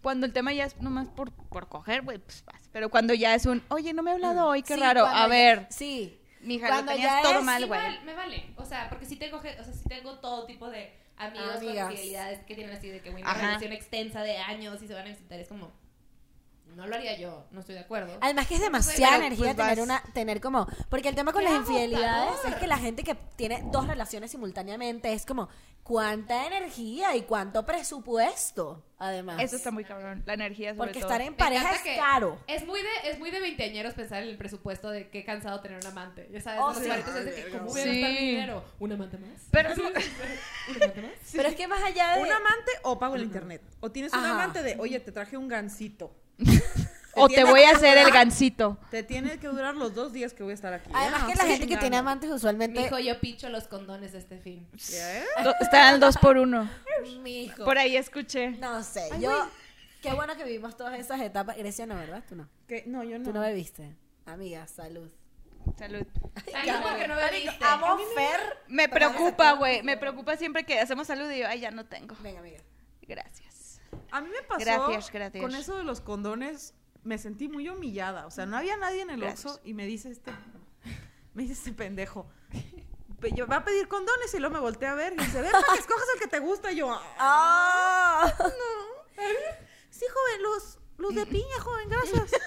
Cuando el tema ya es nomás por, por coger, güey, pues vas. Pero cuando ya es un, oye, no me he hablado hoy, qué sí, raro. cuando A ya- ver, Sí. mija, Cuando lo ya tenías todo es mal, güey. Igual, me vale. O sea, porque si tengo, gen- o sea, si tengo todo tipo de amigos con Amigas. infidelidades que tienen así de que, güey, una Ajá. relación extensa de años y se van a visitar, es como, no no lo haría yo, no estoy de acuerdo. Además que es demasiada Pero, energía pues, tener vas- una tener como porque el tema con Qué las infidelidades agotador. es que la gente que tiene dos relaciones simultáneamente es como cuánta energía y cuánto presupuesto además. Eso está muy cabrón. La energía sobre porque todo. estar en Me pareja encanta es que- caro. Es muy de, es muy de veinteañeros pensar en el presupuesto de qué cansado tener un amante. Ya sabes, Oh, los sí. maritos es de que, ¿cómo voy a Sí. gastar mi dinero? ¿Un amante más? Pero es- ¿Un amante más? Pero es que más allá de Un amante o pago el internet. O tienes un Ajá. amante de, oye, te traje un gancito. o te tiene voy a que hacer el durar- gancito. Te tiene que durar los dos días que voy a estar aquí. Además Ah, que la sí, gente que tiene chingando. amantes usualmente Mijo, yo picho los condones de este fin. ¿Eh? Do- Están dos por uno. Mijo. Por ahí escuché. No sé, yo qué bueno que vivimos todas esas etapas. Grecia no, ¿verdad? Tú no. Que- No, yo no. Tú no bebiste. Amiga, salud. Salud. Ay, no, porque no bebiste. Amo Fer. Me preocupa, güey. Me preocupa siempre que hacemos salud y yo, ay, ya no tengo. Venga, amiga. Gracias. A mí me pasó Gracias, gracias. con eso de los condones, me sentí muy humillada. O sea, no había nadie en el Gracias. Oxxo y me dice este, me dice este pendejo. "Pe- Yo, va a pedir condones y luego me volteé a ver y dice, ven, para que escojas el que te gusta. Y yo, "Ah, sí, joven, los, los de piña, joven, gracias.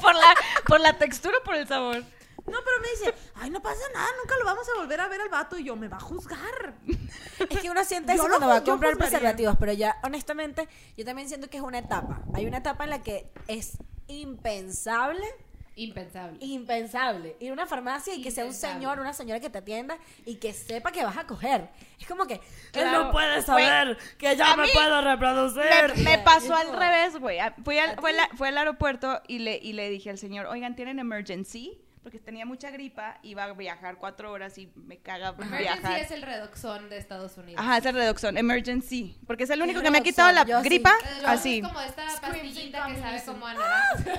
Por la, por la textura o por el sabor. No, pero me dice, ay, no pasa nada, nunca lo vamos a volver a ver al vato. Y yo, me va a juzgar. Es que uno siente Yo eso lo cuando va a juz- yo comprar juzgaría. preservativos, pero ya honestamente yo también siento que es una etapa. Hay una etapa en la que es impensable, Impensable. impensable ir a una farmacia y que sea un Impensable. señor, una señora que te atienda y que sepa que vas a coger. Es como que Claro. Él no puede saber que ya a me mí puedo reproducir. Me, me pasó al revés, güey. Ah, Fui al, fue la- fue al aeropuerto y le, y le dije al señor, oigan, ¿tienen emergency? Porque tenía mucha gripa, iba a viajar cuatro horas y me caga Emergency viajar. Ah, es el redoxón de Estados Unidos. Ajá, es el redoxón, emergency. Porque es el único Es que me ha Redoxon, quitado la yo sí. gripa El redoxón así. Es como esta pastillita que sabe como a naranja.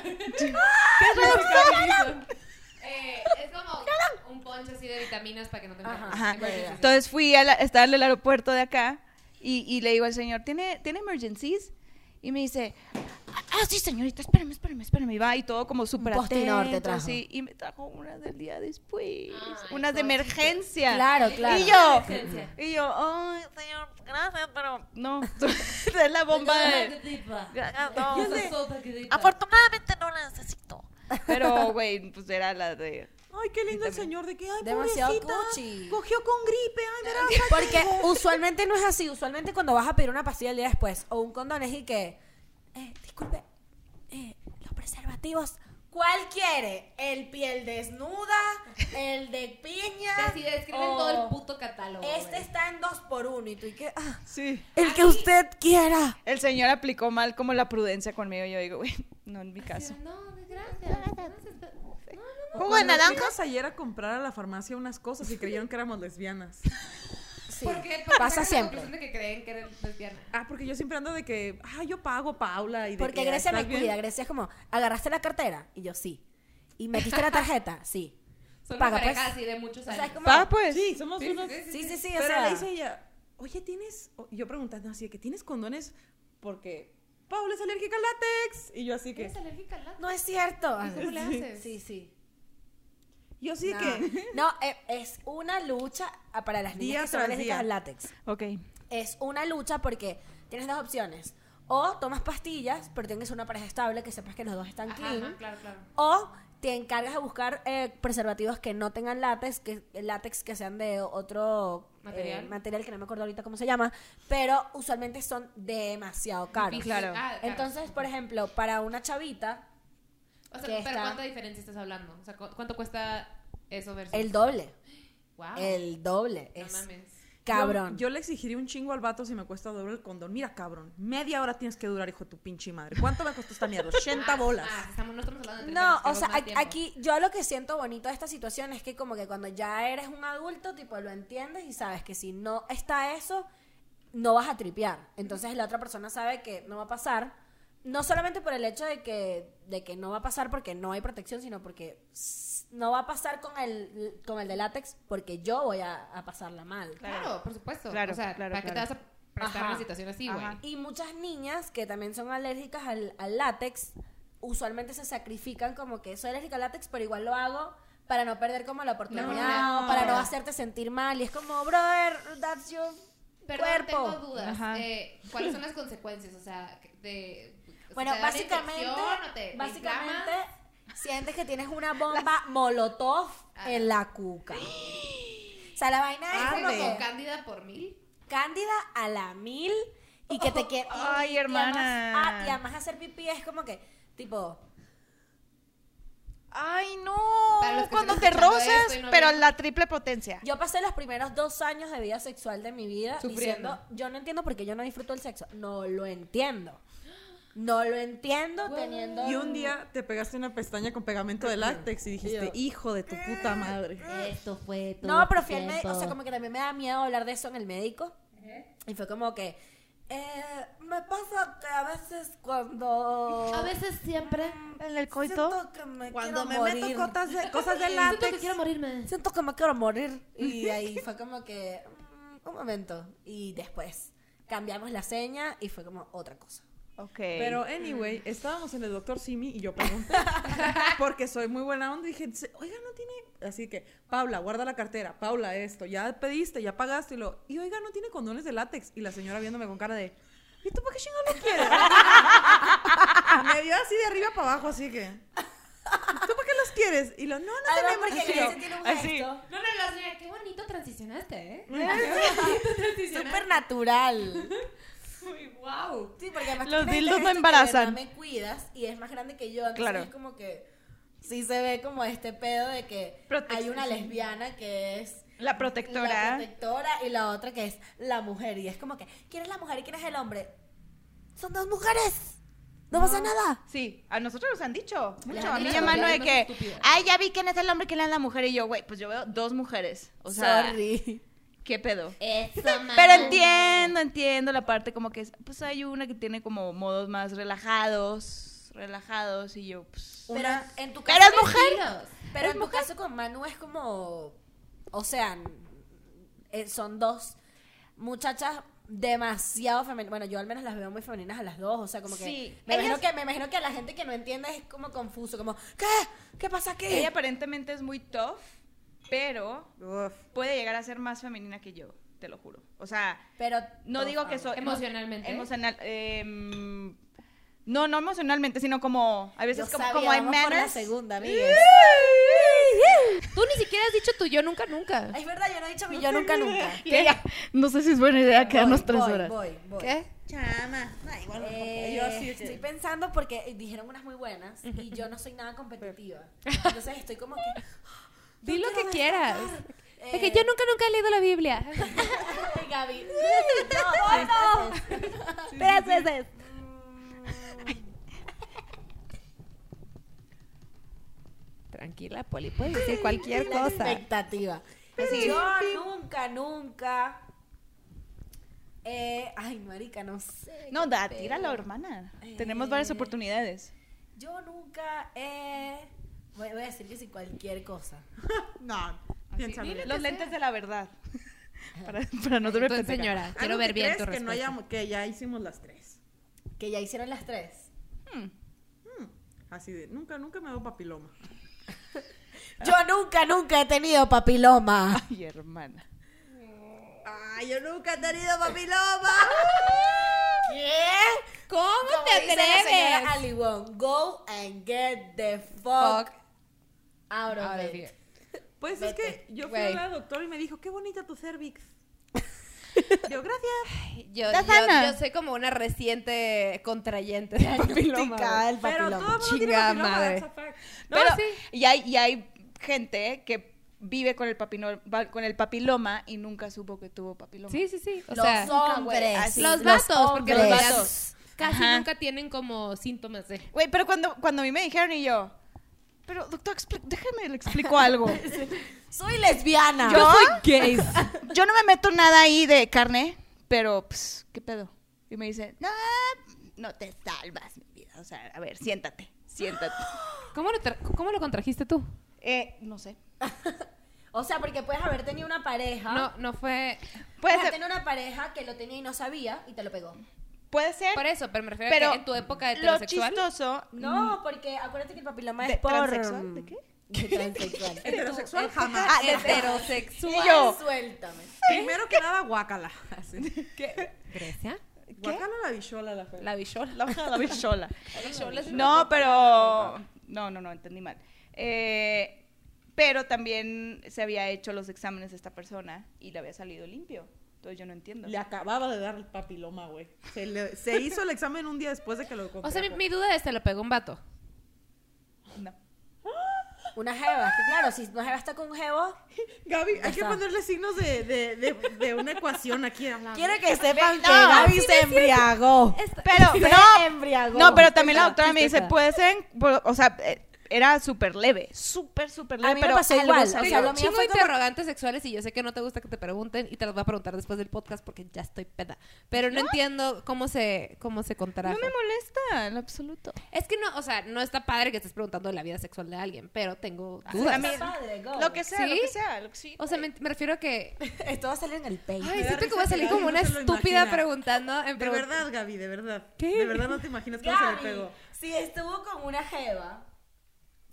Eh, es como un ponche así de vitaminas para que no te enfermes. Ajá. Emergency. Entonces fui a la, estaba en el aeropuerto de acá y, y le digo al señor, ¿tiene, ¿tiene emergencies? Y me dice, ah, sí, señorita, espérame, espérame, espérame. Y va y todo como súper Postinor te atento, trajo. así, y me trajo unas del día después, Ay, unas pobrecita. de emergencia. Claro, claro. Y yo, Emergencia. y yo, ay, señor, gracias, pero no, es la bomba de... Gracias, no. Afortunadamente no la necesito. Pero, güey, pues era la de... Ay, qué lindo el señor de que, ay, Demasiado pobrecita, cuchi. cogió con gripe, ay, verás. Porque usualmente no es así. Usualmente cuando vas a pedir una pastilla el día después o un condón es y que, eh, disculpe, eh, los preservativos. ¿Cuál quiere? ¿El piel desnuda? ¿El de piña? Así describen o todo el puto catálogo. Este güey. está en dos por uno y tú y que, ah, Sí. el que usted quiera. El señor aplicó mal como la prudencia conmigo. Yo digo, güey, no en mi caso. No, gracias. gracias. No, no, no. ¿Jugo de Cuando naranja? fuimos ayer a comprar a la farmacia unas cosas y creyeron que éramos lesbianas. Sí, ¿Por qué? pasa sacan la siempre. conclusión de que creen que eres lesbiana. Ah, porque yo siempre ando de que, ah, yo pago, Paula. Y de Porque que, "Ah, Grecia "¿Estás me bien?". cuida. Grecia es como, ¿agarraste la cartera? Y yo, sí. ¿Y metiste la tarjeta? Sí. Son Paga, una pareja pues. así de muchos O sea, años. es como- Va, pues. Sí, somos unos. Sí, sí, sí, o Pero sea. le dice ella, oye, tienes. o- Yo preguntando así, de que tienes condones porque Paula es alérgica al látex. Y yo así que. ¿Eres alérgica al látex? No es cierto. ¿Y cómo le haces? Sí, sí. Yo sí de no. que. No, eh, es una lucha ah, para las Día niñas que son tras alérgicas día. al látex. Ok. Es una lucha porque tienes dos opciones. O tomas pastillas, pero tienes una pareja estable que sepas que los dos están Ajá, clean. ajá, claro, claro. O te encargas de buscar eh, preservativos que no tengan látex, que látex que sean de otro eh, Material. material que no me acuerdo ahorita cómo se llama, pero usualmente son demasiado caros. Difícil. Claro. Ah, claro. Entonces, por ejemplo, para una chavita, O sea, que pero está- ¿cuánta diferencia estás hablando? O sea, ¿cu- ¿cuánto cuesta eso versus? el doble, Wow. el doble Ah. No es mames. cabrón. Yo, yo le exigiría un chingo al vato si me cuesta doble el condón. Mira, cabrón, media hora tienes que durar, hijo de tu pinche madre. ¿Cuánto me costó esta mierda? 80 Ah, bolas. ah, estamos, no estamos hablando de No, o tres sea, años, a- que vos más tiempo. aquí yo lo que siento bonito de esta situación es que como que cuando ya eres un adulto, tipo, lo entiendes y sabes que si no está eso, no vas a tripear. Entonces la otra persona sabe que no va a pasar, no solamente por el hecho de que, de que no va a pasar porque no hay protección, sino porque s- no va a pasar con el, con el de látex porque yo voy a, a pasarla mal. Claro, por supuesto. Claro, o sea, claro, ¿para qué te claro. vas a prestar Ajá. una situación así, güey? Ajá. Y muchas niñas que también son alérgicas al, al látex, usualmente se sacrifican como que soy alérgica al látex, pero igual lo hago para no perder como la oportunidad, No. para no hacerte sentir mal. Y es como, brother, that's your Perdón, cuerpo. tengo dudas. Ajá. Eh, ¿Cuáles son las consecuencias? O sea, de... sea, Bueno, te da una básicamente, infección o te- te básicamente inflamas. sientes que tienes una bomba molotov Ah. en la cuca. O sea, la vaina es Es como Ande. como que cándida por mil. cándida a la mil y que te quieres Ay, hermana. ah, Y además hacer pipí es como que, tipo, Ay, no. Para los que Cuando te estén escuchando rozas, esto y no pero a vieron. la triple potencia. yo pasé los primeros dos años de vida sexual de mi vida Sufriendo. diciendo, yo no entiendo por qué yo no disfruto el sexo. No lo entiendo. No lo entiendo teniendo... Y un día te pegaste una pestaña con pegamento de látex y eh, dijiste, hijo de tu puta madre. Esto fue todo. No, pero tu fui al médico, o sea, tiempo. como que también me da miedo hablar de eso en el médico. Y fue como que, eh, me pasa que a veces cuando... A Pues veces siempre. En el Siento que me Cuando Eh, me quiero morir. meto cotas de, cosas de Siento pues látex. que quiero morirme. Siento que me quiero morir. Y ahí fue como que, mm, un momento. Y después cambiamos la seña y fue como otra cosa. Ok. Pero, anyway, estábamos en el doctor Simi y yo pregunté, porque soy muy buena onda, dije, "Se- oiga, no tiene, así que, Paula, guarda la cartera, Paula, esto, ya pediste, ya pagaste, y lo, y oiga, no tiene condones de látex, y la señora viéndome con cara de, ¿y tú para qué chingado lo quieres? Me vio así de arriba para abajo, así que, ¿tú para qué los quieres? Y lo, no, no Además, tenemos, porque Y yo, ese tiene un así. gesto No, no, no, señora, qué bonito transicionaste, ¿eh? súper natural. Uy, wow. Sí, porque además tú Los me dices esto dildos no que de verdad embarazan. me cuidas y es más grande que yo. Entonces Claro. es como que sí se ve como este pedo de que hay Protección. una lesbiana que es La la protectora. protectora y la otra que es la mujer. Y es como que, ¿quién es la mujer y quién es el hombre? Son dos mujeres. No, pasa nada. Sí, a nosotros nos han dicho mucho. La A mí neta, ya mano de las que, estúpidas. ay, ya vi quién es el hombre, quién es la mujer. Y yo, güey, pues yo veo dos mujeres. O sea, Sorry. ¿qué pedo? Eso, Ah, mamá. Pero entiendo, entiendo la parte como que, es, pues hay una que tiene como modos más relajados, relajados. Y yo, pues. Pero en tu caso, Pero es mujer. Tiros. pero en tu caso con Manu es como, o sea, eh, son dos muchachas demasiado femeninas. Bueno, yo al menos las veo muy femeninas a las dos, o sea, como que Sí. me imagino Ellas- que me imagino que a la gente que no entiende es como confuso, como ¿qué? ¿Qué pasa aquí? Ella aparentemente es muy tough, pero uf, puede llegar a ser más femenina que yo, te lo juro. O sea, Pero no oh, digo ah, que soy. Emocionalmente. Emocional. em, no, no emocionalmente, sino como. A yo veces, como, sabía, como hay vamos por la manners. segunda, amiga. Tú ni siquiera has dicho tu yo nunca, nunca. Es verdad, yo no he dicho mi yo nunca nunca. ¿Qué? No sé si es buena idea quedarnos Voy, tres voy, horas. Voy, voy. ¿Qué? Eh, Yo así de que- estoy pensando porque eh, dijeron unas muy buenas y yo no soy nada competitiva. Entonces estoy como que. Di yo lo quiero que quieras. destacar, Es que eh, yo nunca, nunca he leído la Biblia. Ay, Gaby. No, no. Tres veces. Mm, Tranquila, Poli, puedes decir cualquier cosa. Expectativa. Así. Yo nunca, nunca. Eh, ay, marica, no sé. No, qué da, pedo. tíralo, hermana. Tenemos varias Eh. oportunidades. Yo nunca eh, Voy voy a decir que sí, cualquier cosa. no, piénsalo. Dile Los lentes de la verdad. para, para no ser Entonces, señora, quiero Algo ver que bien crees tu que Ah, no respuesta. hayamos- que ya hicimos las tres. Que ya hicieron las tres. Así de, nunca, nunca me hago papiloma. Yo nunca, nunca he tenido papiloma. Ay, hermana. ¡Ay, yo nunca he tenido papiloma! ¿Cómo Como te dice la señora atreves? Ali Wong, go and get the fuck, out of Ahora it. sí. Pues es Vete, que yo fui güey. a la doctora y me dijo, qué bonita tu cervix. Yo, gracias. Yo, ¿Estás yo, sana? yo soy como una reciente contrayente de papiloma. güey. Pero todo el mundo tiene Chingada papiloma, madre. that's a fact. No, Pero, sí. y, hay, y hay gente que vive con el, papino- va- con el papiloma y nunca supo que tuvo papiloma. Sí, sí, sí. O los sea, hombres. así. los los vatos, porque los hombres. vatos casi Ajá. nunca tienen como síntomas de. Güey, pero cuando, cuando a mí me dijeron y yo, pero doctor, expli- déjeme, le explico algo. Soy lesbiana. Yo soy gays. Yo no me meto nada ahí de carne, pero, pues, ¿qué pedo? Y me dice, no, no te salvas, mi vida. O sea, a ver, siéntate, siéntate. ¿Cómo lo, tra- cómo lo contrajiste tú? Eh, no sé. O sea, porque puedes haber tenido una pareja. Ah. No, no fue. Puede puedes haber ser, tenido una pareja que lo tenía y no sabía y te lo pegó. puede ser. Por eso, pero me refiero a Pero que en tu época de lo heterosexual. chistoso, No, porque acuérdate que el papiloma ¿De es por... transexual? ¿De qué? De transexual. Heterosexual jamás. Ah, de- heterosexual. Y yo. Suéltame. Primero que nada, guácala. Así. ¿Grecia? Guacala la bichola la fe. La bichola. La hoja de la bichola. La bichola es No, pero. No, no, no, entendí mal. Eh, pero también se había hecho los exámenes de esta persona y le había salido limpio. Entonces yo no entiendo. Le acababa de dar el papiloma, güey. Se, le- se hizo el examen un día después de que lo O sea, mi, contrajo. mi duda es, ¿te lo pegó un vato? No. Una jeva, es que claro, si una jeva está con un jevo, Gaby, hay que está. ponerle signos de, de, de, de una ecuación aquí a la... Quiero que sepan que No, Ah, Gaby se embriagó. Pero, Se no, embriagó. no, pero también la Chistosa, doctora me dice, chistosa. puede ser, bu- o sea, eh, era súper leve, súper, súper A leve, mí me pero pasó algo igual, o salió. sea, lo Tengo un mío chingo fue de como- interrogantes sexuales y yo sé que no te gusta que te pregunten y te los voy a preguntar después del podcast porque ya estoy peda. Pero no, entiendo cómo se, cómo se contrajo. No me molesta, en lo absoluto. Es que no, o sea, no está padre que estés preguntando de la vida sexual de alguien, pero tengo A dudas. mí- padre, go. lo que sea, lo ¿Sí? que sea, lo que sí. O sea, me, me refiero a que... esto va a salir en el pecho. Ay, da siento que risa voy a que salir Gaby como no una se lo estúpida imagina. preguntando. En De pregun- verdad, Gaby, de verdad. ¿Qué? De verdad no te imaginas cómo se le Gaby, pegó. si estuvo con una jeva,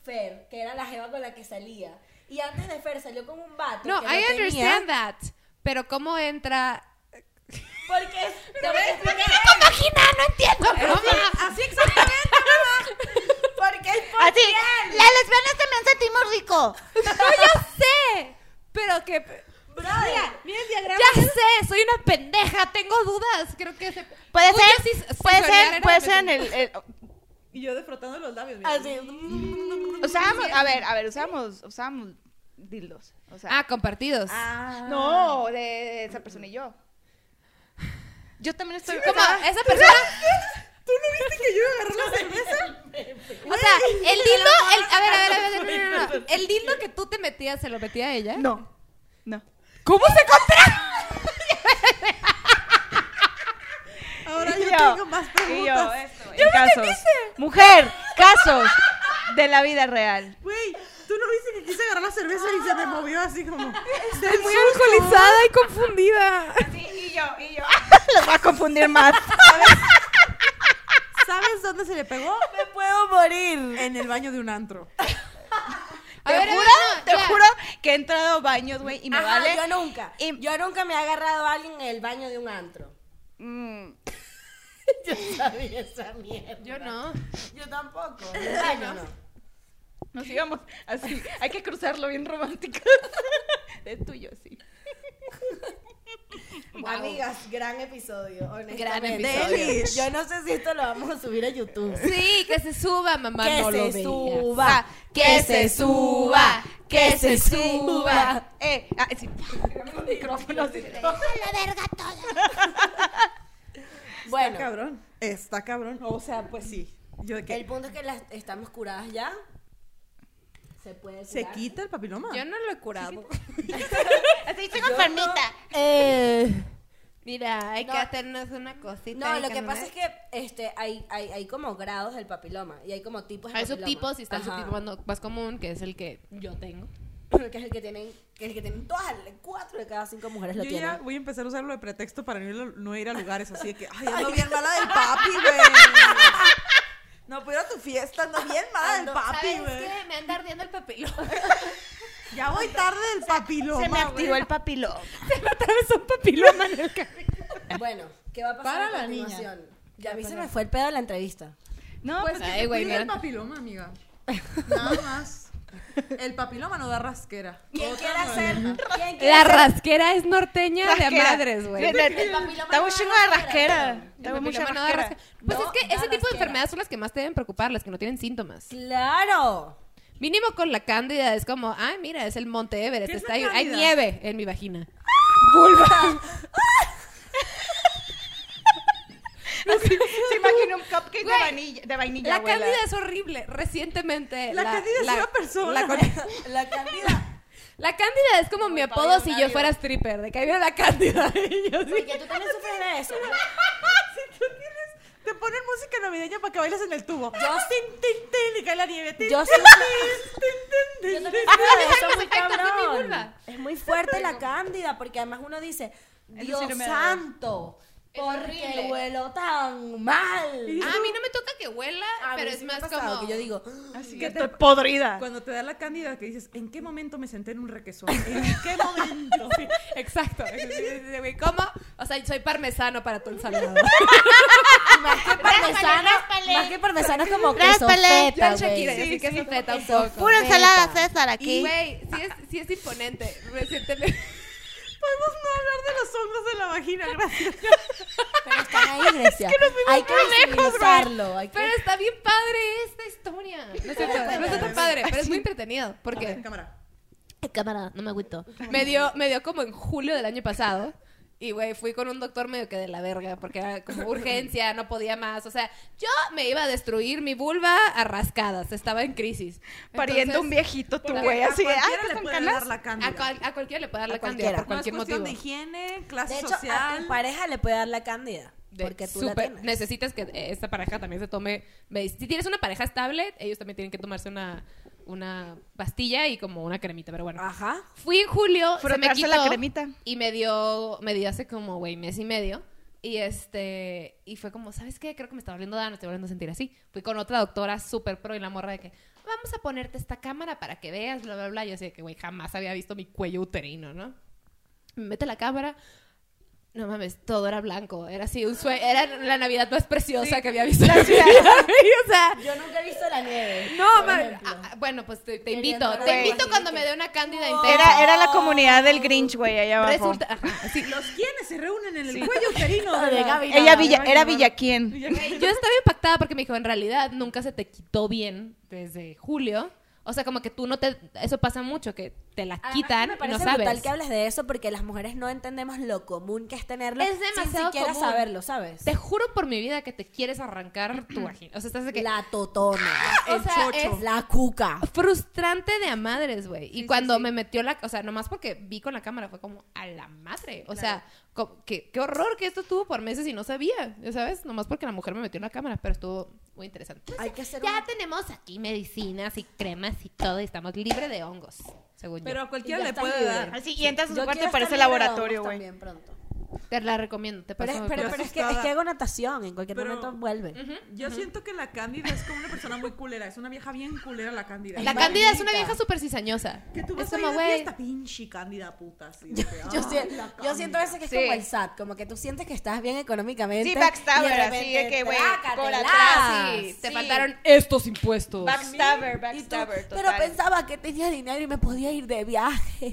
Fer, que era la jeva con la que salía, y antes de Fer salió con un vato. No, que I tenía, understand that. Pero cómo entra... Porque te voy a explicar. Imagina, no entiendo. Así exactamente. Porque es por Así, piel. las lesbianas también sentimos rico. No, yo sé. Pero que... Brother, Mira el diagrama. Ya sé, soy una pendeja, tengo dudas. Creo que se... Puede Uy, ser, yo sí- sí, puede soñar ser, era puede ser en pendeja. el, el- Y yo de frotando los labios. mira. así. mm. usábamos, a ver, a ver, usábamos, usábamos dildos, o sea, Ah, compartidos. Ah. no, de, de esa persona y yo. Yo también estoy Como esa persona... ¿Tú no viste que yo iba a agarrar la cerveza? O sea, el dildo... el- a ver, a ver, a ver, no, no, no, no. El dildo que tú te metías, ¿se lo metía a ella? No, no. ¿Cómo se contrajo? Ahora Y yo, tengo más y preguntas. yo, eh. esto, en casos. Mujer, casos de la vida real. Güey, ¿tú no viste que quise agarrar la cerveza y se me movió así como... Estoy Muy alcoholizada y confundida. y yo, y yo. Los va a confundir más. ¿Sabes dónde se le pegó? Me puedo morir. En el baño de un antro. A ver, a te ver, juro, no, te ya. juro que he entrado a baños, güey, y me Ajá, vale. Yo nunca. Y- Yo nunca me he agarrado a alguien en el baño de un antro. Mm, Yo sabía esa mierda. Yo no. Yo tampoco. En el baño no. nos íbamos así. Hay que cruzarlo bien romántico. De tuyo, sí. Amigas, gran episodio. Gran Honestamente. episodio. Yo no sé si esto lo vamos a subir a YouTube. Sí, que se suba, mamá. Que no se lo veas. suba, O sea, que se suba, que se suba. Eh, ah, sí. Tiramos los micrófonos y todo. la verga toda. Está Bueno, cabrón. Está cabrón. O sea, pues sí. Yo de que el punto es que las estamos curadas ya. Se puede curar. ¿Se quita el papiloma? Yo no lo he curado. Así tengo enfermita. Mira, hay No. que hacernos una cosita. No, hay lo que andar. pasa es que este, hay, hay, hay como grados del papiloma y hay como tipos de Hay papiloma. subtipos y está el Ajá. subtipo más, no- más común, que es el que yo tengo. Que es el que tienen, que es el que tienen todas, cuatro de cada cinco mujeres lo Yo ya tienen. voy a empezar a usarlo de pretexto para no ir a, no ir a lugares así de que, ay, ando bien mala del papi, güey. No puedo ir a tu fiesta, ando bien mala del papi, ¿Sabes güey. qué? Me anda ardiendo el papilón. Ya voy tarde del papiloma. Se me güey. activó el papiloma. Bueno, ¿qué va a pasar Para a la niña. continuación? Ya a mí se me fue el pedo de la entrevista. No, Pues pues, que Ay, se güey, cuide el mira. papiloma, amiga. Nada más. El papiloma no da rasquera. ¿Quién Otra quiere no hacer? ¿Quién quiere La hacer- rasquera es norteña de Rasquera. a madres, güey. Sí, El de- papiloma Tengo un no chingo da de rasquera. rasquera. Tengo papiloma mucha no da rasquera. rasquera. Pues No es que da ese tipo de rasquera. enfermedades son las que más te deben preocupar, las que no tienen síntomas. ¡Claro! Mínimo con la cándida es como, ay, mira, es el Monte Everest, ¿Qué es está la ahí- hay cándida? nieve en mi vagina. Se imagina un cupcake de vainilla. De vainilla La abuela. cándida es horrible. Recientemente. La cándida es una persona. La, con- La candida. la cándida es como mi apodo si yo fuera stripper. De que ahí viene la cándida. Y yo así, Porque tú también sufres de eso. Si tú tienes, te ponen música navideña para que bailes en el tubo. Yo tin, tin, tin, y cae la nieve. Tin, Yo tin, sufro- tin, tin, Yo tin, también tin. sufro de eso Los muy efectos de mi cabrón. vulva. Es muy fuerte la cándida, porque además uno dice, Eso sí Dios no me da. santo, Es ¿por qué horrible. huelo tan mal? Ah, "Ah, a mí no me toca que huela, A mí pero sí es me ha más pasado como. que yo digo, "Ah, Así que que te- estoy podrida. Cuando te da la cándida que dices, ¿en qué momento me senté en un requesón? ¿En qué momento? Exacto. Güey, ¿Cómo? O sea, soy parmesano para tu ensalada. Más que parmesano, Ráspale, más que parmesano es como queso Ráspale. Yo al feta, güey. Shakira, así que feta un Queso poco. Pura feta. ensalada César aquí. Y, güey, sí es, sí es imponente. Recientemente... Podemos no hablar de los hongos de la vagina, gracias. Pero están ahí, Grecia. hay que visibilizarlo. Hay que... Pero está bien padre esta historia. No es cierto, no está tan padre, pero es muy entretenido. Eh, Porque cámara. Ay, Cámara, no me agüito. me dio, me dio como en julio del año pasado. Y, güey, fui con un doctor medio que de la verga, porque era como urgencia, no podía más. O sea, yo me iba a destruir mi vulva a rascadas, estaba en crisis. Pariendo Entonces, un viejito tú, Porque güey, a así de, ay, cualquiera ¿qué le son puede ah, canas? dar la A, cándida. cual- a cualquiera le puede dar la A cándida, por no cualquier es cuestión de motivo. higiene, clase De hecho, ah, a social. tu pareja le puede dar la cándida. De- porque tú la súper- tienes. necesitas que eh, esta pareja también se tome me dice, si tienes una pareja estable ellos también tienen que tomarse una una pastilla y como una cremita pero bueno Ajá. fui en julio se me Frotarse quitó la cremita. y me dio me dio hace como güey mes y medio y este y fue como sabes qué creo que me está volviendo a dar me estoy volviendo a sentir así fui con otra doctora súper pro y la morra de que vamos a ponerte esta cámara para que veas bla bla bla yo así de que güey jamás había visto mi cuello uterino no me mete la cámara no mames, todo era blanco. Era así, un sueño. Era la Navidad más preciosa que había visto en mi vida. Y, o sea, Yo nunca he visto la nieve. no mames. ejemplo. Ah, ah, Bueno, pues te, te Quería invito. Te entrar a la invito clínica. cuando me dé una cándida Era, intensa. era la comunidad del Grinch, güey, allá abajo. Resulta. ajá, sí. Los quienes se reúnen en el cuello uterino de De la- Gaby Ella Navarro. Villa, era Villaquién. Güey, Yo estaba impactada porque me dijo, en realidad nunca se te quitó bien desde julio. O sea, como que tú no te. Eso pasa mucho, que te la Además, quitan y me no parece sabes. brutal que hables de eso porque las mujeres no entendemos lo común que es tenerlo Es demasiado sin siquiera común. saberlo, ¿sabes? Te juro por mi vida que te quieres arrancar tu vagina. O sea, estás de que. La totona, o el sea, chocho, es- la cuca. frustrante de a madres, güey. Y cuando me metió la, o sea, nomás porque vi con la cámara fue como a la madre. O sea, co- qué, qué horror que esto tuvo por meses y no sabía, ya sabes, nomás porque la mujer me metió en la cámara, pero estuvo muy interesante. Hay que ser Ya tenemos aquí medicinas y cremas y todo y estamos libres de hongos. Según Pero yo. a cualquiera Ya le están puede libres. dar. Al siguiente a su cuarto quiero parece estar libre de laboratorio, hongos güey. también pronto. Te la recomiendo, te Pero, paso. es- pero- te qué pero paso. es, que, es que hago natación, en cualquier Pero- momento vuelve. Yo siento que la Cándida es como una persona muy culera. Es una vieja bien culera la Cándida. La Cándida es una vieja súper cizañosa. Que tú es vas a ir como, de güey. fiesta, pinche Cándida puta. así de que, Yo, "Ay, sie- la yo Cándida". siento a veces que es Ah, Sí. como el SAT, como que tú sientes que estás bien económicamente. Sí, backstabber, y de así de repente, que, güey, trácatelas. por atrás, Sí, te Sí. faltaron estos impuestos. Backstabber, Y tú, backstabber, pero total. pensaba que tenía dinero y me podía ir de viaje.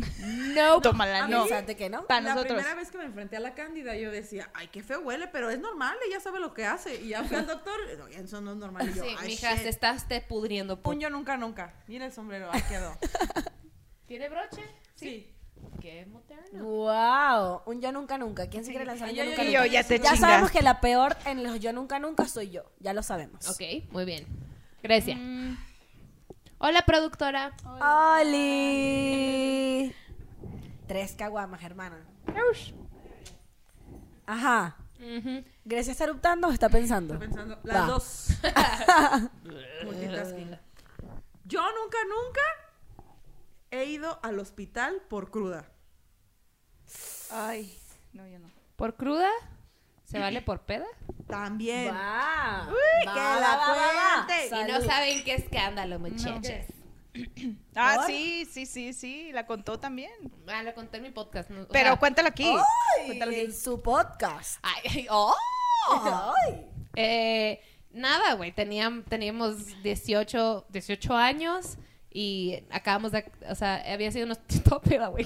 No. Tómala, no. Pensaste que no. Para la nosotros. primera vez que me enfrenté a la cándida, yo decía, ay, qué feo huele, pero es normal, ella sabe lo que hace. Y ya fui al doctor, no, eso no es normal. Y yo, Sí, ay, mija, shit. te estás te pudriendo. por- Puño nunca, nunca. Mira el sombrero, ahí quedó. ¿Tiene broche? Sí. Qué moderno. Wow, un yo nunca nunca. ¿Quién se quiere lanzar un Yo, yo yo, nunca Y nunca? yo, ya te Ya chingaste. sabemos que la peor en los yo nunca nunca soy yo, ya lo sabemos. Ok, muy bien. Grecia. Mm. Hola, productora. ¡Oli! Tres caguamas, hermana. Ajá. ¿Grecia está eruptando o está pensando? Estoy pensando, Va. las dos. Multitasking. Yo nunca, nunca he ido al hospital por cruda. Ay, no, yo no. ¿Por cruda? ¿Se vale por peda? También. Va. Uy, Va, que va, la va, va, va. cuente. Salud. Y no saben qué escándalo, muchachas. Ah, ¿Por? sí, sí, sí, sí, la contó también. Ah, lo conté en mi podcast. ¿no? O Pero sea, cuéntala aquí. Ay, Cuéntala aquí. en su podcast. ay, ay, ¡Oh! Ay. Eh, nada, güey. Teníamos, teníamos 18, 18 años y acabamos de... O sea, había sido una estúpida, güey.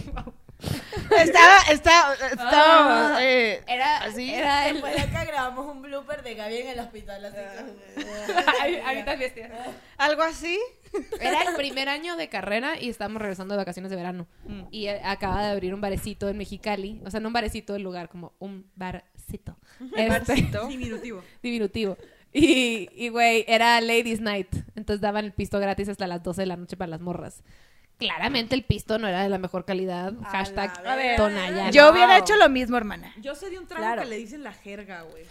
Estaba, estaba, estaba. eh, Era, así. era el... Después de acá grabamos un blooper de Gaby en el hospital, así que... Ay, ahorita vestidas. Algo así. Era el primer año de carrera y estábamos regresando de vacaciones de verano. Y eh, acaba de abrir un barecito en Mexicali. O sea, no un barecito del lugar, como un barcito. Este, Barcito. Diminutivo. diminutivo. Y, y, güey, era Ladies Night. Entonces daban el pisto gratis hasta las 12 de la noche para las morras. Claramente el pisto no era de la mejor calidad. Hashtag la verga. Tonayana. Yo hubiera hecho lo mismo, hermana. Yo sé de un trago Claro. que le dicen la jerga, güey.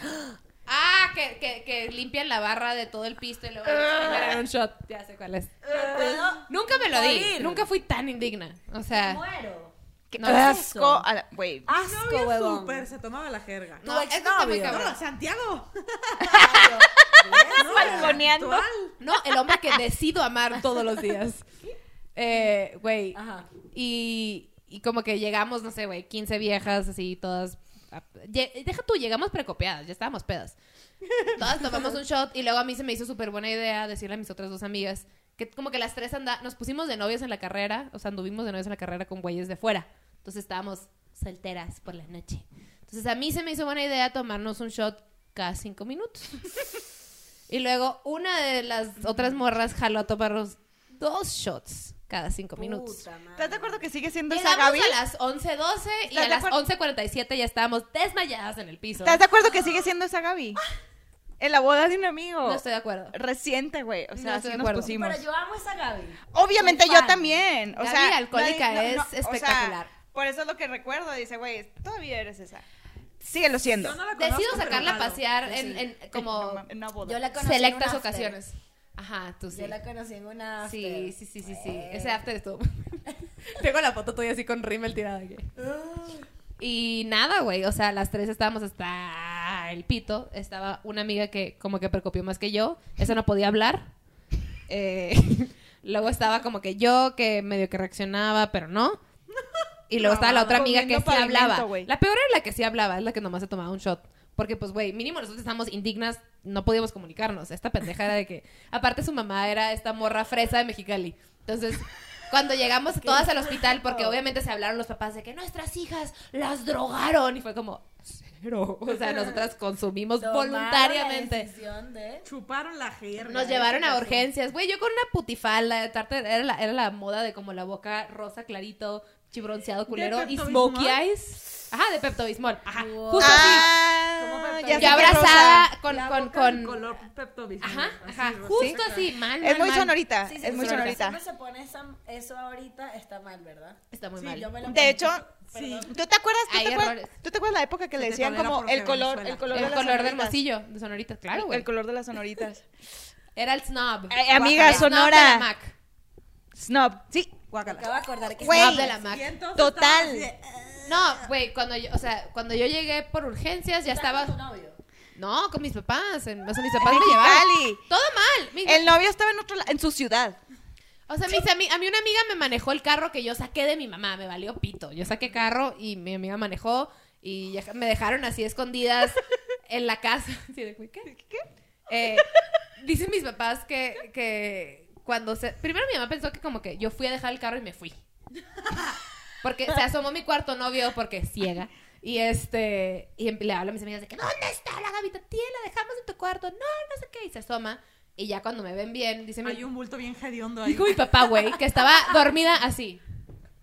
Ah, que, que, que limpian la barra de todo el pisto y luego Ah. le dan un shot. Ya sé cuál es. Ah. Nunca me lo di. Nunca fui tan indigna. O sea... Muero. Qué No, asco. a la- Güey. Mi Asco, novio huevón. súper se tomaba la jerga. No, eso está muy exnovio. cabrón. No, Santiago. balconeando. actual. No, el hombre que decido amar todos los días. Eh, Güey. Ajá. y, y como que llegamos, no sé, güey, 15 viejas así, todas a- lle- deja tú, llegamos precopiadas, ya estábamos pedas. Todas tomamos un shot y luego a mí se me hizo súper buena idea decirle a mis otras dos amigas que como que las tres anda, nos pusimos de novias en la carrera, o sea, anduvimos de novias en la carrera con güeyes de fuera. Entonces estábamos solteras por la noche. Entonces a mí se me hizo buena idea tomarnos un shot cada cinco minutos. Y luego una de las otras morras jaló a tomarnos dos shots cada cinco minutos. Puta madre. ¿Estás de acuerdo que sigue siendo esa Llegamos Gaby? a las 11.12 y ¿Estás a de las acuerdo? 11.47 ya estábamos desmayadas en el piso. ¿Estás de acuerdo que sigue siendo esa Gaby? En la boda de un amigo. No estoy de acuerdo. Reciente, güey. O sea, No así estoy de nos acuerdo. pusimos. Pero yo amo esa Gaby. Obviamente Soy yo fan. también. O Gaby sea, alcohólica es espectacular. por eso es lo que recuerdo. Dice, güey, todavía eres esa. Síguelo siendo. Yo no la Decido conozco, pero sacarla a malo. pasear en, en como No, no boda. Yo la conocí en un selectas after. ocasiones. Ajá, tú sí. Yo la conocí en una. Sí, after. sí, sí, sí, sí. Ese after estuvo. Tengo la foto todavía así con rímel tirada aquí. Ah. Y nada, güey. O sea, las tres estábamos hasta el pito. Estaba una amiga que como que precopió más que yo. Esa no podía hablar. Eh, luego estaba como que yo, que medio que reaccionaba, pero no. Y luego estaba la otra amiga que sí Comiendo pavimento, hablaba. güey. La peor era la que sí hablaba, es la que nomás se tomaba un shot. Porque, pues, güey, mínimo nosotros estábamos indignas, no podíamos comunicarnos. Esta pendeja era de que... Aparte, su mamá era esta morra fresa de Mexicali. Entonces, cuando llegamos todas al hospital, porque obviamente se hablaron los papás de que nuestras hijas las drogaron. Y fue como... Cero. O sea, nosotras consumimos Tomaron La voluntariamente. decisión de... Chuparon la jerga. eh, Nos llevaron a urgencias. Güey, yo con una putifalda de tarta, era la, era la moda de como la boca rosa clarito, chibronceado culero y Pepto-Bismol? smokey eyes. Ajá, de Pepto Bismol. Ajá, Wow. justo Ah, Como así. ya Yo sé qué rosa. abrazada con, La con, boca de con- color Pepto Bismol. Ajá, Así, ajá, rosa. justo así, mal, Es mal, muy mal. sonorita. Sí, sí, es sí, muy sí, sonorita. Siempre se pone esa- eso ahorita, está mal, ¿verdad? Está muy Sí, mal. Yo me lo- De hecho, Sí. ¿tú te acuerdas? ¿Tú Hay te acuerdas, errores. tú te acuerdas la época que le te decían tolera como porque el color, el Venezuela. color de El las color del sonoritas? morcillo de sonoritas, claro, güey. El color de las sonoritas. Era el snob. Ay, amiga, El snob de Sonora. la Mac. Snob. Sí. Guácala. Acabo de acordar que... Güey. Snob de la Mac. Y entonces Total. estabas de- No, güey, cuando yo, o sea, cuando yo llegué por urgencias ya ¿Estás estaba con tu novio? No, con mis papás. en- o sea, mis papás En me llevaron. Mexicali. Todo mal. Mi- El novio estaba en otro la- en su ciudad. o sea, mis ami- a mí una amiga me manejó el carro que yo saqué de mi mamá. Me valió pito. Yo saqué carro y mi amiga manejó y ya- me dejaron así escondidas en la casa. Así de, "Güey, ¿qué? Eh, dicen mis papás que, que cuando se... Primero mi mamá pensó que como que yo fui a dejar el carro y me fui. Porque se asomó mi cuarto novio porque es ciega. Y este, y em- le hablo a mis amigas de que, ¿dónde está la gavita? Tía, la dejamos en tu cuarto. No, no sé qué. Y se asoma. Y ya cuando me ven bien, dice mi, Hay un bulto bien hediondo ahí. dijo mi papá, güey, que estaba dormida así.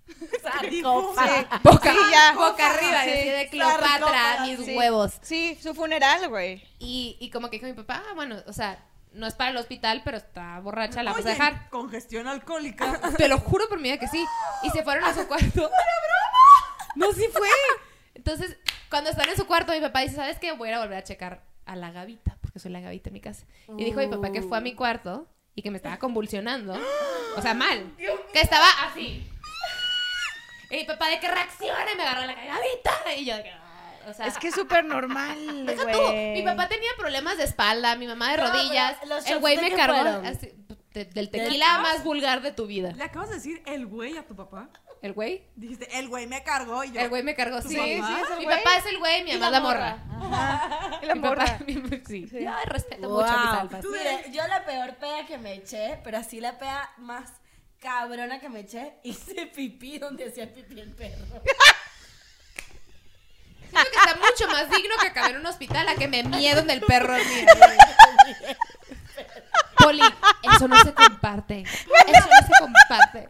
Dijo, Ah, Boca, Sí, ya. boca arriba. Y así de Cleopatra, mis Sí. huevos. Sí, su funeral, güey. Y, y como que dijo mi papá, ah, bueno, o sea, no es para el hospital, pero está borracha, la vamos a "Oye, dejar. Congestión alcohólica. Te lo juro por mi vida que sí. Y se fueron a su cuarto. ¡Era broma! No, sí fue. Entonces, cuando están en su cuarto, mi papá dice, ¿sabes qué? Voy a ir a volver a checar a la gavita, porque soy la gavita en mi casa. Y dijo mi papá que fue a mi cuarto y que me estaba convulsionando. O sea, mal. Que estaba así. Y mi papá de que reaccione, me agarró la gavita. Y yo de que... "Ah", O sea, Es que es súper normal, Deja tú. güey. Mi papá tenía problemas de espalda, mi mamá de No, rodillas. pero los El shots güey de me qué cargó fueron? así, de- del tequila más vulgar de tu vida. ¿Le acabas de decir el güey a tu papá? ¿El güey? Dijiste, el güey me cargó y yo. El güey me cargó, sí. ¿Tu mamá? sí, es el Mi mi güey. papá es el güey, mi mamá es la morra. Y la mi morra. papá, mi- sí. Yo respeto Wow. mucho a mis alfas. Mire, yo la peor pea que me eché, pero así la pea más cabrona que me eché, hice pipí donde hacía pipí el perro. Siento que está mucho más digno que acabar en un hospital a que me miedo del perro mío. Poli, eso no se comparte. Eso no se comparte.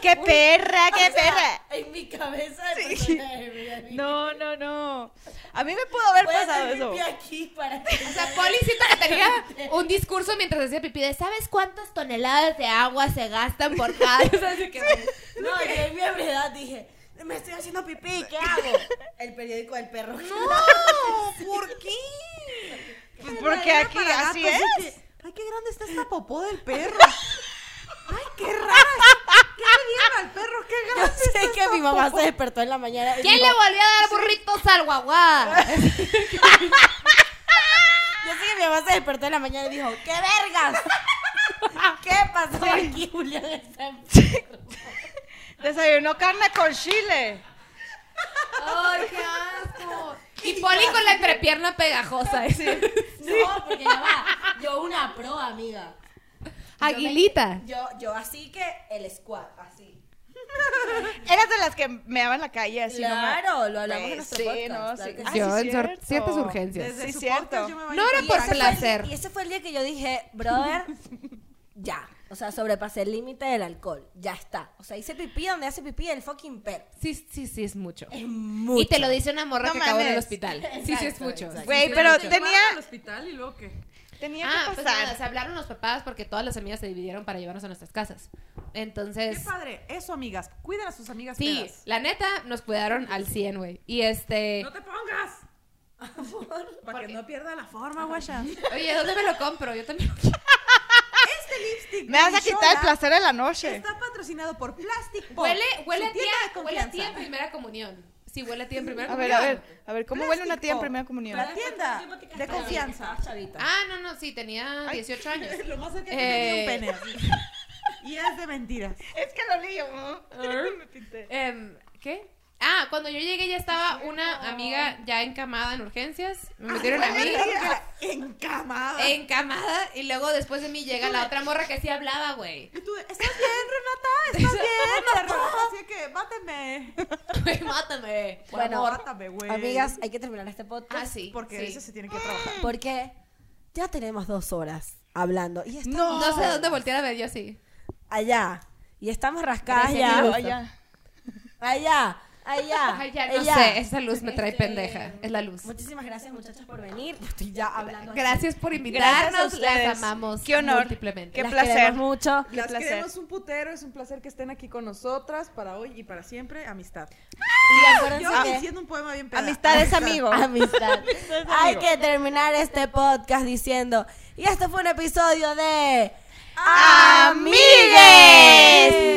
¡Qué perra, qué O sea, perra! En mi cabeza de Sí. persona de vida. No, no, no. A mí me pudo haber Voy a pasado hacer eso. pipí aquí para que... O sea, Poli siento que tenía un discurso mientras hacía pipí de ¿sabes cuántas toneladas de agua se gastan por cada? O sea, así que- No, yo en mi ebriedad dije, me estoy haciendo pipí, ¿qué hago? El periódico del perro. ¡No! ¿Por qué? Pues porque Era aquí para así gatos, es. de que, Ay, qué grande está esta popó del perro. Ay, qué rara. ¿Qué le dieron al perro? Qué grande. Sé que mi mamá se despertó en la mañana. y ¿Quién dijo, le volvió a dar burritos al guaguá? Yo sé que mi mamá se despertó en la mañana y dijo, ¡qué vergas! ¿Qué pasó aquí, Julián? Está enfermo?" Desayunó carne con chile. ¡Ay, qué asco! Poli con la entrepierna pegajosa. ese. No, porque ya va. Yo una pro, amiga. Aguilita. Yo, yo así que el squat, así. Eras de las que me daban la calle así. no me- Claro, lo hablamos en nuestro Sí, podcast, no, claro sí. que Ah, sí. Yo, en sor- cierto. ciertas urgencias. Sí, su cierto. podcast yo me baño No era con por agua. Ese fue el- placer. Y ese fue el día que yo dije, brother, ya. O sea, sobrepasé el límite del alcohol. Ya está. O sea, hice pipí donde hace pipí el fucking pet. Sí, sí, sí, es mucho. Es mucho. Y te lo dice una morra No que acabó en el mames. hospital. Sí, sí, es Exacto, mucho. exacto. Güey, Sí, sí, pero es mucho. Te tenía, guardan al hospital y luego qué. tenía Ah, que pues pasar. nada, se hablaron los papás porque todas las amigas se dividieron para llevarnos a nuestras casas. Qué Entonces, padre. Eso, amigas. Cuiden a sus amigas sí, pedas. la neta, nos cuidaron al 100, güey. Y este... No te pongas. Para que no pierda la forma, guaya. Oye, ¿dónde me lo compro? Yo también lo quiero. me vas a quitar el placer de la noche. Este Está patrocinado por Plastic Pop. Huele, huele su a tía, tienda de huele a confianza. tía en primera comunión. Sí, huele a tía en primera A ver, comunión. a ver, a ver, ¿cómo huele una tía en primera comunión? La tienda de confianza. Chavita. Ah, no, no, sí, tenía 18 años. Lo más cerca que Eh. tenía un pene. Y es de mentiras. Es que lo lío, Me pinté. Em, ¿Qué? Ah, cuando yo llegué ya estaba una amiga ya encamada en urgencias. Ah, Me metieron a mí. Eh, Encamada. Encamada. Y luego después de mí llega la otra morra que sí hablaba, güey. Y tú, ¿estás bien, Renata? ¿Estás bien? La Renata así que, máteme. Güey, mátame. Por Bueno, favor, mátame, güey. Amigas, hay que terminar este podcast. Ah, sí. Porque sí. eso se tiene que trabajar. Porque ya tenemos dos horas hablando. Y estamos No. No sé de dónde voltear a ver, yo sí. allá. Y estamos rascadas Gracias, ya. Dios. Ay, ya. Allá. Allá. Ay, ya, no allá. sé. Esa luz me trae pendeja. Es la luz. Muchísimas gracias, muchachas, por venir. Yo estoy ya hablando. Gracias por Gracias a invitarnos. ustedes. Las amamos. Qué honor. Múltiplemente. Qué Las placer. queremos mucho. Qué Las placer. queremos un putero, es un placer que estén aquí con nosotras para hoy y para siempre. Amistad. Y Yo acuérdense que... diciendo un poema bien peda. Amistad es amigo. Amistad. Hay que terminar este podcast diciendo. Y este fue un episodio de. Amigues.